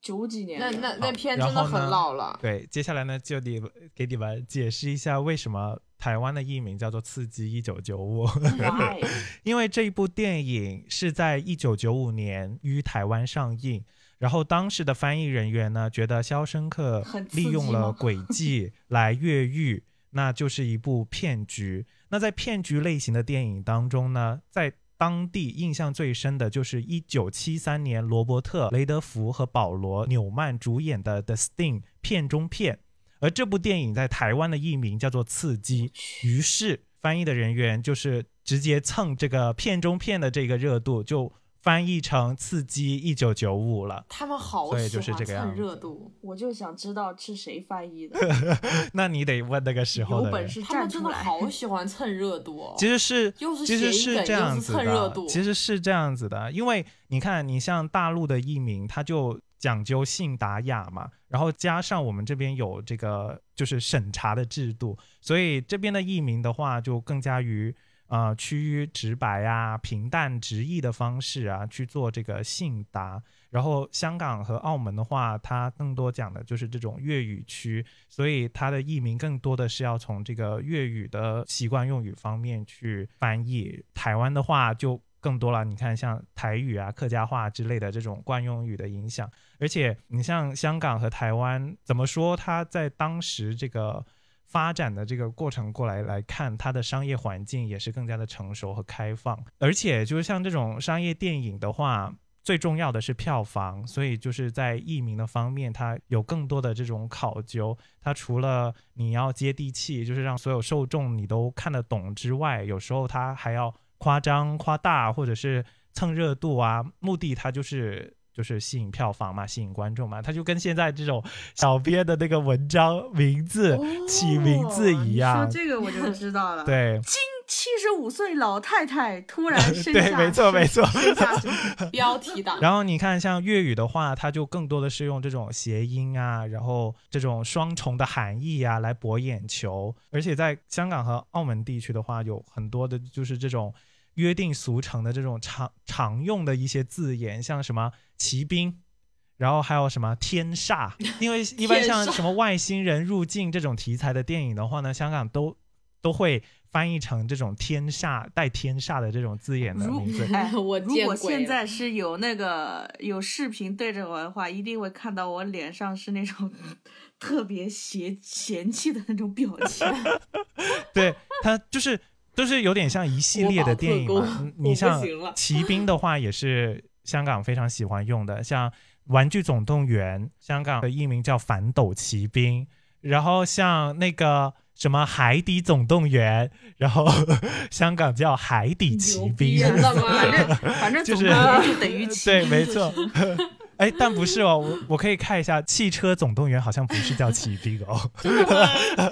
[SPEAKER 4] 九几年
[SPEAKER 2] 那
[SPEAKER 4] 的，
[SPEAKER 2] 那
[SPEAKER 1] 好
[SPEAKER 2] 那片
[SPEAKER 1] 然
[SPEAKER 2] 真的
[SPEAKER 1] 后
[SPEAKER 2] 很
[SPEAKER 1] 呢
[SPEAKER 2] 老了。
[SPEAKER 1] 对，接下来呢，就得给你们解释一下为什么台湾的译名叫做《刺激一九九五》，
[SPEAKER 4] why
[SPEAKER 1] 因为这一部电影是在一九九五年于台湾上映，然后当时的翻译人员呢，觉得《肖申克
[SPEAKER 4] 很》刺激
[SPEAKER 1] 利用了
[SPEAKER 4] 吗
[SPEAKER 1] 诡计来越狱，那就是一部骗局。那在骗局类型的电影当中呢，在当地印象最深的就是一九七三年罗伯特·雷德福和保罗·纽曼主演的《The Sting》片中片，而这部电影在台湾的译名叫做《刺激》，于是翻译的人员就是直接蹭这个片中片的这个热度，就翻译成《刺激一九九五》了。
[SPEAKER 2] 他们好
[SPEAKER 1] 所以
[SPEAKER 2] 喜
[SPEAKER 1] 就是
[SPEAKER 2] 欢
[SPEAKER 1] 这个样
[SPEAKER 2] 蹭
[SPEAKER 1] 子
[SPEAKER 2] 热度，
[SPEAKER 4] 我就想知道是谁翻译的，
[SPEAKER 1] 那你得问那个时候
[SPEAKER 4] 有
[SPEAKER 1] 的
[SPEAKER 4] 本
[SPEAKER 1] 人。
[SPEAKER 4] 事
[SPEAKER 2] 他
[SPEAKER 4] 站
[SPEAKER 2] 们真
[SPEAKER 4] 出
[SPEAKER 2] 的
[SPEAKER 4] 来。
[SPEAKER 2] 好喜欢蹭热度哦。
[SPEAKER 1] 其实是，
[SPEAKER 2] 又是
[SPEAKER 1] 其实
[SPEAKER 2] 谐音
[SPEAKER 1] 是
[SPEAKER 2] 梗
[SPEAKER 1] 这
[SPEAKER 2] 又
[SPEAKER 1] 样
[SPEAKER 2] 是
[SPEAKER 1] 子
[SPEAKER 2] 蹭热
[SPEAKER 1] 的
[SPEAKER 2] 度，
[SPEAKER 1] 其实是这样子的，因为你看，你像大陆的译名，它就讲究信达雅嘛，然后加上我们这边有这个就是审查的制度，所以这边的译名的话，就更加于呃趋于直白啊、平淡直译的方式啊去做这个信达。然后香港和澳门的话，它更多讲的就是这种粤语区，所以它的译名更多的是要从这个粤语的习惯用语方面去翻译。台湾的话就更多了，你看像台语啊、客家话之类的这种惯用语的影响，而且你像香港和台湾，怎么说？它在当时这个发展的这个过程过来来看，它的商业环境也是更加的成熟和开放。而且就是像这种商业电影的话，最重要的是票房，所以就是在译名的方面，它有更多的这种考究。它除了你要接地气，就是让所有受众你都看得懂之外，有时候它还要夸张、夸大，或者是蹭热度啊，目的它就是。就是吸引票房嘛，吸引观众嘛，它就跟现在这种小编的那个文章名字、起名字一样
[SPEAKER 4] 哦说，这个我就知道了。，
[SPEAKER 1] 对，
[SPEAKER 4] 七十五岁老太太突然生
[SPEAKER 1] 对
[SPEAKER 4] 下，
[SPEAKER 1] 没错没 错
[SPEAKER 4] 生下什么
[SPEAKER 2] 标题党。
[SPEAKER 1] 然后你看，像粤语的话，它就更多的是用这种谐音啊，然后这种双重的含义啊来博眼球。而且在香港和澳门地区的话，有很多的就是这种约定俗成的这种常常用的一些字眼，像什么骑兵。 然后还有什么天煞？因为一般像什么外星人入境这种题材的电影的话呢，香港都都会翻译成这种天煞带天煞的这种字眼的
[SPEAKER 4] 如
[SPEAKER 1] 名字。
[SPEAKER 4] 哎，
[SPEAKER 2] 我
[SPEAKER 4] 如
[SPEAKER 2] 见
[SPEAKER 4] 果
[SPEAKER 2] 鬼
[SPEAKER 4] 现
[SPEAKER 2] 了
[SPEAKER 4] 在是有那个有视频对着我的话，一定会看到我脸上是那种 特别嫌嫌弃的那种表情。
[SPEAKER 1] 对它就是就是有点像一系列的电影
[SPEAKER 2] 国宝
[SPEAKER 1] 嘛
[SPEAKER 2] 特工。
[SPEAKER 1] 你你
[SPEAKER 2] 我不
[SPEAKER 1] 像
[SPEAKER 2] 行了
[SPEAKER 1] 骑兵的话，也是香港非常喜欢用的，像《玩具总动员》，香港的译名叫《反斗骑兵》，然后像那个。什么海底总动员，然后 香港叫海底骑兵，
[SPEAKER 2] 真的
[SPEAKER 4] 反
[SPEAKER 2] 吗？
[SPEAKER 4] 正反正
[SPEAKER 1] 就
[SPEAKER 4] 总
[SPEAKER 1] 是
[SPEAKER 4] 归 就等于骑
[SPEAKER 1] 对，
[SPEAKER 4] 兵
[SPEAKER 1] 没
[SPEAKER 4] 就
[SPEAKER 1] 错
[SPEAKER 4] 行。
[SPEAKER 1] 哎，但不是哦，我我可以看一下《汽车总动员》，好像不是叫骑兵哦。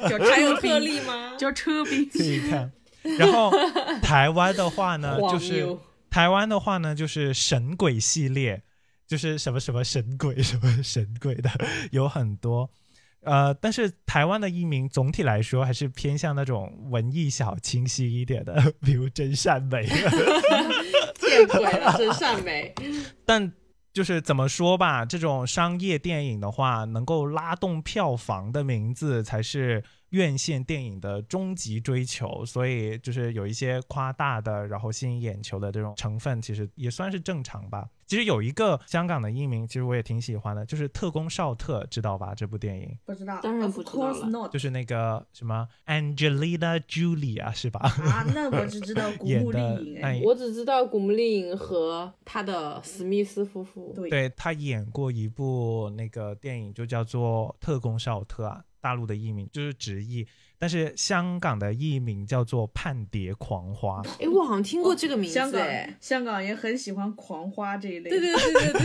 [SPEAKER 4] 就
[SPEAKER 2] 还有
[SPEAKER 4] 车
[SPEAKER 2] 特
[SPEAKER 4] 兵，
[SPEAKER 2] 例吗？
[SPEAKER 4] 就车兵。
[SPEAKER 1] 可以看。然后台湾的话呢，
[SPEAKER 2] 黄
[SPEAKER 1] 就是
[SPEAKER 2] 牛
[SPEAKER 1] 台湾的话呢，就是神鬼系列，就是什么什么神鬼什么神鬼的有很多。呃，但是台湾的译名总体来说还是偏向那种文艺小清新一点的，比如真善美。啊
[SPEAKER 2] 见鬼了，真善 美。
[SPEAKER 1] 但就是怎么说吧，这种商业电影的话，能够拉动票房的名字才是院线电影的终极追求。所以就是有一些夸大的，然后吸引眼球的这种成分，其实也算是正常吧。其实有一个香港的译名，其实我也挺喜欢的，就是《特工少特》，知道吧？这部电影
[SPEAKER 4] 不知道，
[SPEAKER 2] 当然
[SPEAKER 4] Of
[SPEAKER 2] 不知道了
[SPEAKER 4] course not
[SPEAKER 1] 就是那个什么 Angelina Julia 是吧？
[SPEAKER 4] 啊，那我只知道 古
[SPEAKER 1] 演
[SPEAKER 4] 墓丽
[SPEAKER 1] 的
[SPEAKER 4] 影。
[SPEAKER 1] 那
[SPEAKER 4] 哎
[SPEAKER 1] 一
[SPEAKER 2] 我只知道古墓丽影和他的史密斯夫妇。
[SPEAKER 4] 对
[SPEAKER 1] 对他演过一部那个电影，就叫做《特工少特》啊，大陆的译名就是直译，但是香港的译名叫做《叛谍狂花》。
[SPEAKER 2] 哎，我好像听过这个名字。
[SPEAKER 4] 香港
[SPEAKER 2] 哎，
[SPEAKER 4] 香港也很喜欢狂花这一类。
[SPEAKER 2] 对对对对对对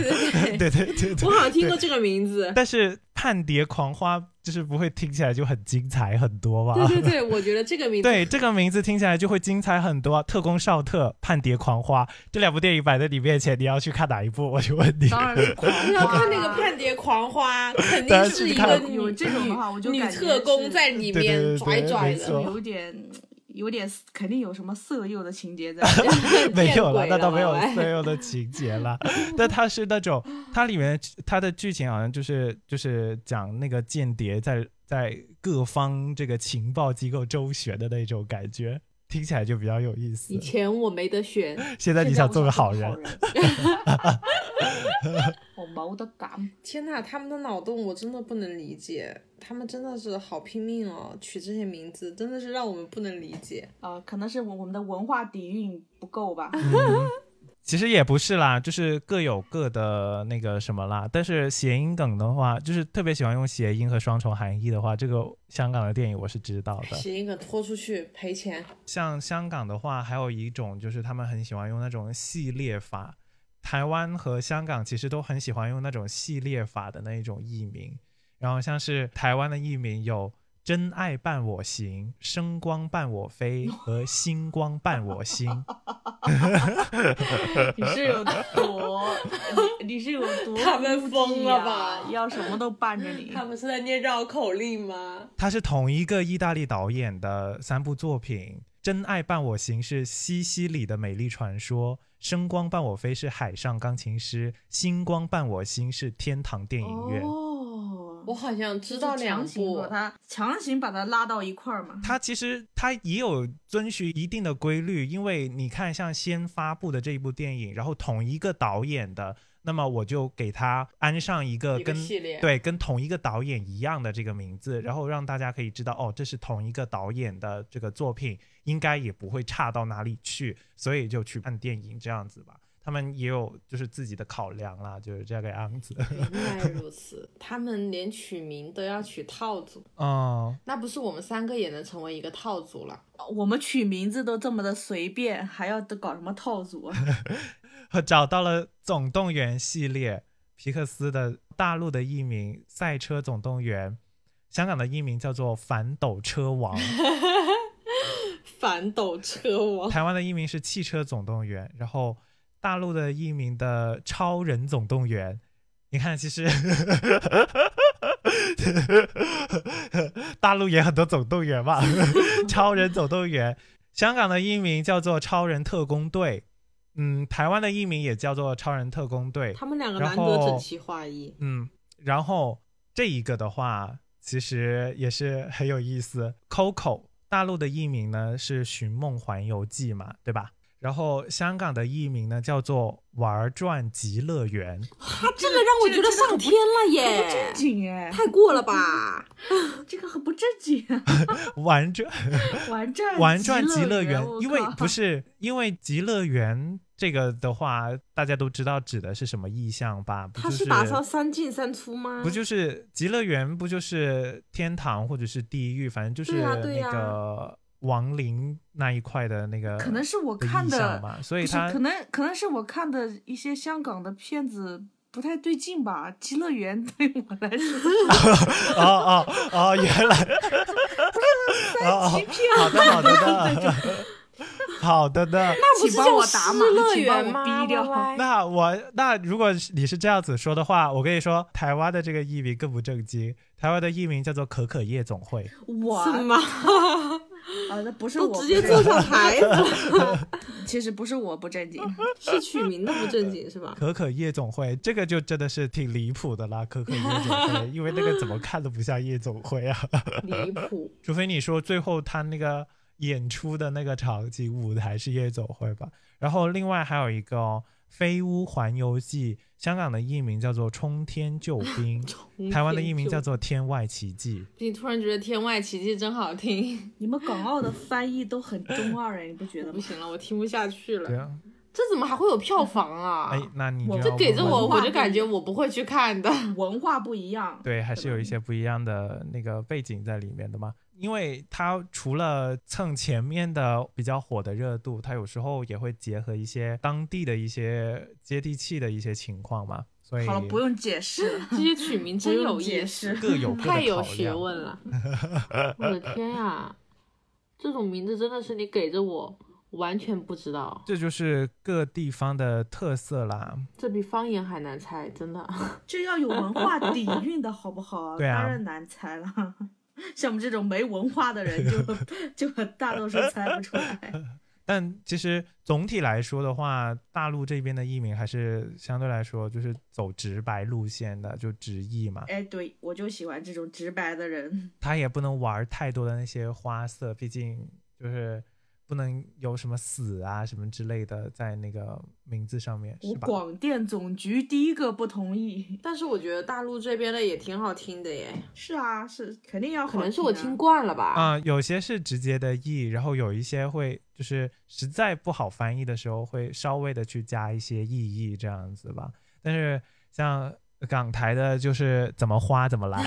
[SPEAKER 2] 对。
[SPEAKER 1] 对对对对
[SPEAKER 2] 我好像听过
[SPEAKER 1] 对
[SPEAKER 2] 这个名字，
[SPEAKER 1] 但是《叛谍狂花就是不会听起来就很精彩很多吧？
[SPEAKER 5] 对对对，我觉得这个名字
[SPEAKER 1] 对这个名字听起来就会精彩很多啊。特工少特、叛谍狂花这两部电影摆在你面前，你要去看哪一部？我就问你。
[SPEAKER 4] 当然是狂
[SPEAKER 5] 你要
[SPEAKER 4] 花
[SPEAKER 5] 看那个《叛谍狂 花》，肯
[SPEAKER 1] 大
[SPEAKER 5] 定
[SPEAKER 1] 家
[SPEAKER 5] 是一
[SPEAKER 1] 去看
[SPEAKER 5] 个
[SPEAKER 4] 有
[SPEAKER 5] 女
[SPEAKER 4] 这种的话我就
[SPEAKER 5] 女
[SPEAKER 4] 感觉
[SPEAKER 5] 特工
[SPEAKER 4] 是
[SPEAKER 5] 在里
[SPEAKER 1] 对对对
[SPEAKER 5] 面
[SPEAKER 1] 对
[SPEAKER 5] 拽拽
[SPEAKER 1] 没错
[SPEAKER 5] 的，
[SPEAKER 4] 有点有点肯定有什么色诱的 情节在。
[SPEAKER 1] 没有
[SPEAKER 5] 了
[SPEAKER 1] 了，，那倒没有
[SPEAKER 5] 拜拜
[SPEAKER 1] 所有的情节 了。但它是那种，它里面它的剧情好像就是就是讲那个间谍在在各方这个情报机构周旋的那种感觉，听起来就比较有意思
[SPEAKER 5] 以。前我没得选，
[SPEAKER 1] 现在你想做个好
[SPEAKER 4] 人
[SPEAKER 1] 人，，
[SPEAKER 4] 我冇得讲。
[SPEAKER 2] 天呐，他们的脑洞我真的不能理解，他们真的是好拼命哦，取这些名字真的是让我们不能理解。
[SPEAKER 4] 呃，可能是我我们的文化底蕴不 够吧。
[SPEAKER 1] 嗯，其实也不是啦，就是各有各的那个什么啦。但是谐音梗的话，就是特别喜欢用谐音和双重含义的话，这个香港的电影我是知道的。
[SPEAKER 2] 谐音梗拖出去赔钱，
[SPEAKER 1] 像香港的话，还有一种就是他们很喜欢用那种系列法。台湾和香港其实都很喜欢用那种系列法的那一种译名，然后像是台湾的译名有“真爱伴我行”“声光伴我飞”和“星光伴我心
[SPEAKER 4] 你是有多， 你你是有多、啊
[SPEAKER 5] 他们疯了吧
[SPEAKER 4] 要什么都伴着你。
[SPEAKER 5] 他们是在念绕口令吗”，？
[SPEAKER 1] 它是同一个意大利导演的三部作品，《真爱伴我行》是西西里的美丽传说，《声光伴我飞》是海上钢琴师，《星光伴我心》是天堂电影院。
[SPEAKER 4] 哦，
[SPEAKER 2] 我好像知道
[SPEAKER 4] 就是
[SPEAKER 2] 两
[SPEAKER 4] 强行
[SPEAKER 2] 部
[SPEAKER 4] 把，他强行把他拉到一块儿嘛。
[SPEAKER 1] 它其实它也有遵循一定的规律，因为你看，像先发布的这一部电影，然后同一个导演的，那么我就给它安上一个
[SPEAKER 5] 一个
[SPEAKER 1] 跟
[SPEAKER 5] 系列
[SPEAKER 1] 对跟同一个导演一样的这个名字，然后让大家可以知道哦，这是同一个导演的这个作品，应该也不会差到哪里去，所以就去看电影这样子吧。他们也有就是自己的考量啦，就是这个样子。
[SPEAKER 2] 原来如此，他们连取名都要取套组，
[SPEAKER 1] 嗯，
[SPEAKER 2] 那不是我们三个也能成为一个套组了？
[SPEAKER 4] 我们取名字都这么的随便，还要搞什么套组啊？
[SPEAKER 1] 和 找到了《总动员》系列，皮克斯的大陆的译名《赛车总动员》，香港的译名叫做《反斗车王》，
[SPEAKER 2] 反斗车王，
[SPEAKER 1] 台湾的译名是《汽车总动员》，然后大陆的译名的《超人总动员》。你看，其实 大陆也很多总动员嘛，《超人总动员》，香港的译名叫做《超人特工队》，嗯，台湾的译名也叫做《超人特工队》。
[SPEAKER 2] 他们两个
[SPEAKER 1] 然
[SPEAKER 2] 难得
[SPEAKER 1] 后
[SPEAKER 2] 整齐划一。
[SPEAKER 1] 嗯，然后这一个的话，其实也是很有意思。Coco 大陆的译名呢是《寻梦环游记》嘛，对吧？然后香港的译名呢叫做《玩转极乐园》，
[SPEAKER 2] 他啊这个让我觉得上天了耶
[SPEAKER 4] 正，经哎，
[SPEAKER 2] 太过了吧？
[SPEAKER 4] 这个很不正经啊。
[SPEAKER 1] 玩转
[SPEAKER 4] 玩转
[SPEAKER 1] 玩转极
[SPEAKER 4] 极
[SPEAKER 1] 乐园
[SPEAKER 4] 园，我，
[SPEAKER 1] 因为
[SPEAKER 4] 靠
[SPEAKER 1] 不是因为极乐园这个的话，大家都知道指的是什么意象吧？不
[SPEAKER 2] 他
[SPEAKER 1] 就是
[SPEAKER 2] 打算三进三出
[SPEAKER 4] 嗯
[SPEAKER 2] 吗？
[SPEAKER 1] 不就是极乐园？不就是天堂或者是地狱？反正就是
[SPEAKER 2] 对呀对
[SPEAKER 1] 那
[SPEAKER 2] 呀
[SPEAKER 1] 个亡灵那一块的那个，
[SPEAKER 4] 可能是我看
[SPEAKER 1] 意象
[SPEAKER 4] 的
[SPEAKER 1] 嘛，所以
[SPEAKER 4] 不是
[SPEAKER 1] 它
[SPEAKER 4] 可能可能是我看的一些香港的片子不太对劲吧，《极乐园》对我来说
[SPEAKER 1] 哦哦哦，原来 哦哦，好的好的的， 好的的。
[SPEAKER 2] 那不是
[SPEAKER 4] 请帮
[SPEAKER 2] 叫
[SPEAKER 4] 我打
[SPEAKER 2] 失
[SPEAKER 4] 码，
[SPEAKER 2] 乐
[SPEAKER 4] 请帮
[SPEAKER 2] 园
[SPEAKER 4] 我
[SPEAKER 2] 吗？
[SPEAKER 4] 逼掉。
[SPEAKER 2] 歪歪
[SPEAKER 1] 那我那如果是你是这样子说的话，我跟你说，台湾的这个译名更不正经，台湾的译名叫做可可夜总会。
[SPEAKER 4] 我
[SPEAKER 2] 什 么？
[SPEAKER 4] 啊，那不是
[SPEAKER 2] 都
[SPEAKER 4] 我
[SPEAKER 2] 直
[SPEAKER 4] 不
[SPEAKER 2] 接
[SPEAKER 4] 正
[SPEAKER 2] 坐上台了，
[SPEAKER 4] 经， 其实不是我不正经，
[SPEAKER 2] 是取名的不正经是吧？
[SPEAKER 1] 可可夜总会这个就真的是挺离谱的啦，可可夜总会，因为那个怎么看都不像夜总会啊，
[SPEAKER 2] 离谱！
[SPEAKER 1] 除非你说最后他那个演出的那个场景舞台是夜总会吧。然后另外还有一个哦，《飞屋环游记》，香港的译名叫做《冲天救兵》，台湾的译名叫做《天外奇迹》。
[SPEAKER 2] 你突然觉得《天外奇迹》真好听，
[SPEAKER 4] 你们港澳的翻译都很中二哎，你不觉得
[SPEAKER 2] 不
[SPEAKER 4] 吗？
[SPEAKER 2] 行了，我听不下去
[SPEAKER 1] 对
[SPEAKER 2] 了。
[SPEAKER 1] 啊，
[SPEAKER 2] 这怎么还会有票房啊？
[SPEAKER 1] 哎，那你就
[SPEAKER 4] 我
[SPEAKER 1] 要
[SPEAKER 4] 这
[SPEAKER 2] 这给着
[SPEAKER 1] 问问
[SPEAKER 2] 我，
[SPEAKER 4] 文化
[SPEAKER 2] 我就感觉我不会去看的。
[SPEAKER 4] 文化不一样，
[SPEAKER 1] 对，还是有一些不一样的那个背景在里面的嘛。因为它除了蹭前面的比较火的热度，它有时候也会结合一些当地的一些接地气的一些情况嘛。所以
[SPEAKER 4] 好了，不用解释了。
[SPEAKER 5] 这些取名真
[SPEAKER 4] 真
[SPEAKER 5] 有
[SPEAKER 4] 有
[SPEAKER 5] 意
[SPEAKER 4] 意
[SPEAKER 5] 思，
[SPEAKER 1] 各 有各的啊
[SPEAKER 5] 太有
[SPEAKER 1] 考
[SPEAKER 5] 学
[SPEAKER 1] 量
[SPEAKER 5] 问了。 我的天呀、这种名字真的是你给着我，完全不知道，
[SPEAKER 1] 这就是各地方的特色啦。
[SPEAKER 5] 这比方言还难猜，真的。
[SPEAKER 4] 这要有文化底蕴的好不 好？
[SPEAKER 1] 对啊
[SPEAKER 4] 当然难猜了。 像我们这种没文化的 人就就大多数猜不出来。
[SPEAKER 1] 但其实总体来说的话，大陆这边的译名还是相对来说就是走直白路线的，就直译嘛。
[SPEAKER 4] 哎，对，我就喜欢这种直白的人。
[SPEAKER 1] 他也不能玩太多的那些花色，毕竟就是不能有什么死啊什么之类的在那个名字上面，
[SPEAKER 4] 我
[SPEAKER 1] 是吧？
[SPEAKER 4] 广电总局第一个不同意。
[SPEAKER 2] 但是我觉得大陆这边的也挺好听的耶，
[SPEAKER 4] 是啊，是肯定要好
[SPEAKER 5] 可
[SPEAKER 4] 啊、
[SPEAKER 5] 能是我听惯了吧。
[SPEAKER 1] 啊、有些是直接的译，然后有一些会就是实在不好翻译的时候，会稍微的去加一些意译这样子吧。但是像港台的，就是怎么花怎么来。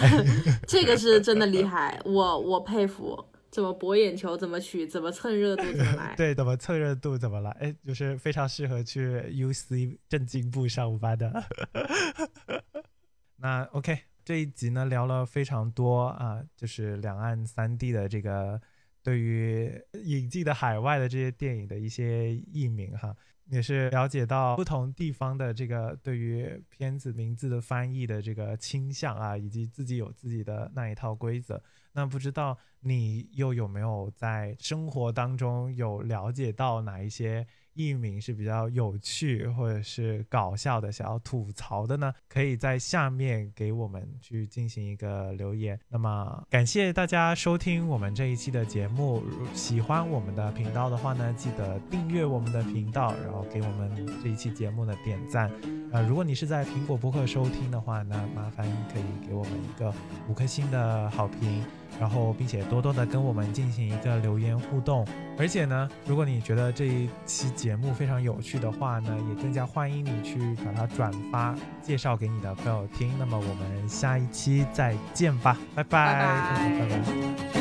[SPEAKER 5] 这个是真的厉害，我我佩服，怎么博眼球，怎么取，怎么蹭热度，怎么来。
[SPEAKER 1] 对，怎么蹭热度怎么来，哎，就是非常适合去 UC 正经部上班的。 那 OK，这一集呢聊了非常多啊，就是两岸三地的这个对于引进的海外的这些电影的一些译名哈，也是了解到不同地方的这个对于片子名字的翻译的这个倾向啊，以及自己有自己的那一套规则。那不知道你又有没有在生活当中有了解到哪一些艺名是比较有趣或者是搞笑的，想要吐槽的呢？可以在下面给我们去进行一个留言。那么感谢大家收听我们这一期的节目，如喜欢我们的频道的话呢，记得订阅我们的频道，然后给我们这一期节目呢点赞。呃，如果你是在苹果播客收听的话，那麻烦可以给我们一个五颗星的好评。然后并且多多的跟我们进行一个留言互动。而且呢，如果你觉得这一期节目非常有趣的话呢，也更加欢迎你去把它转发，介绍给你的朋友听。那么我们下一期再见吧，拜拜
[SPEAKER 4] 拜拜
[SPEAKER 1] 拜拜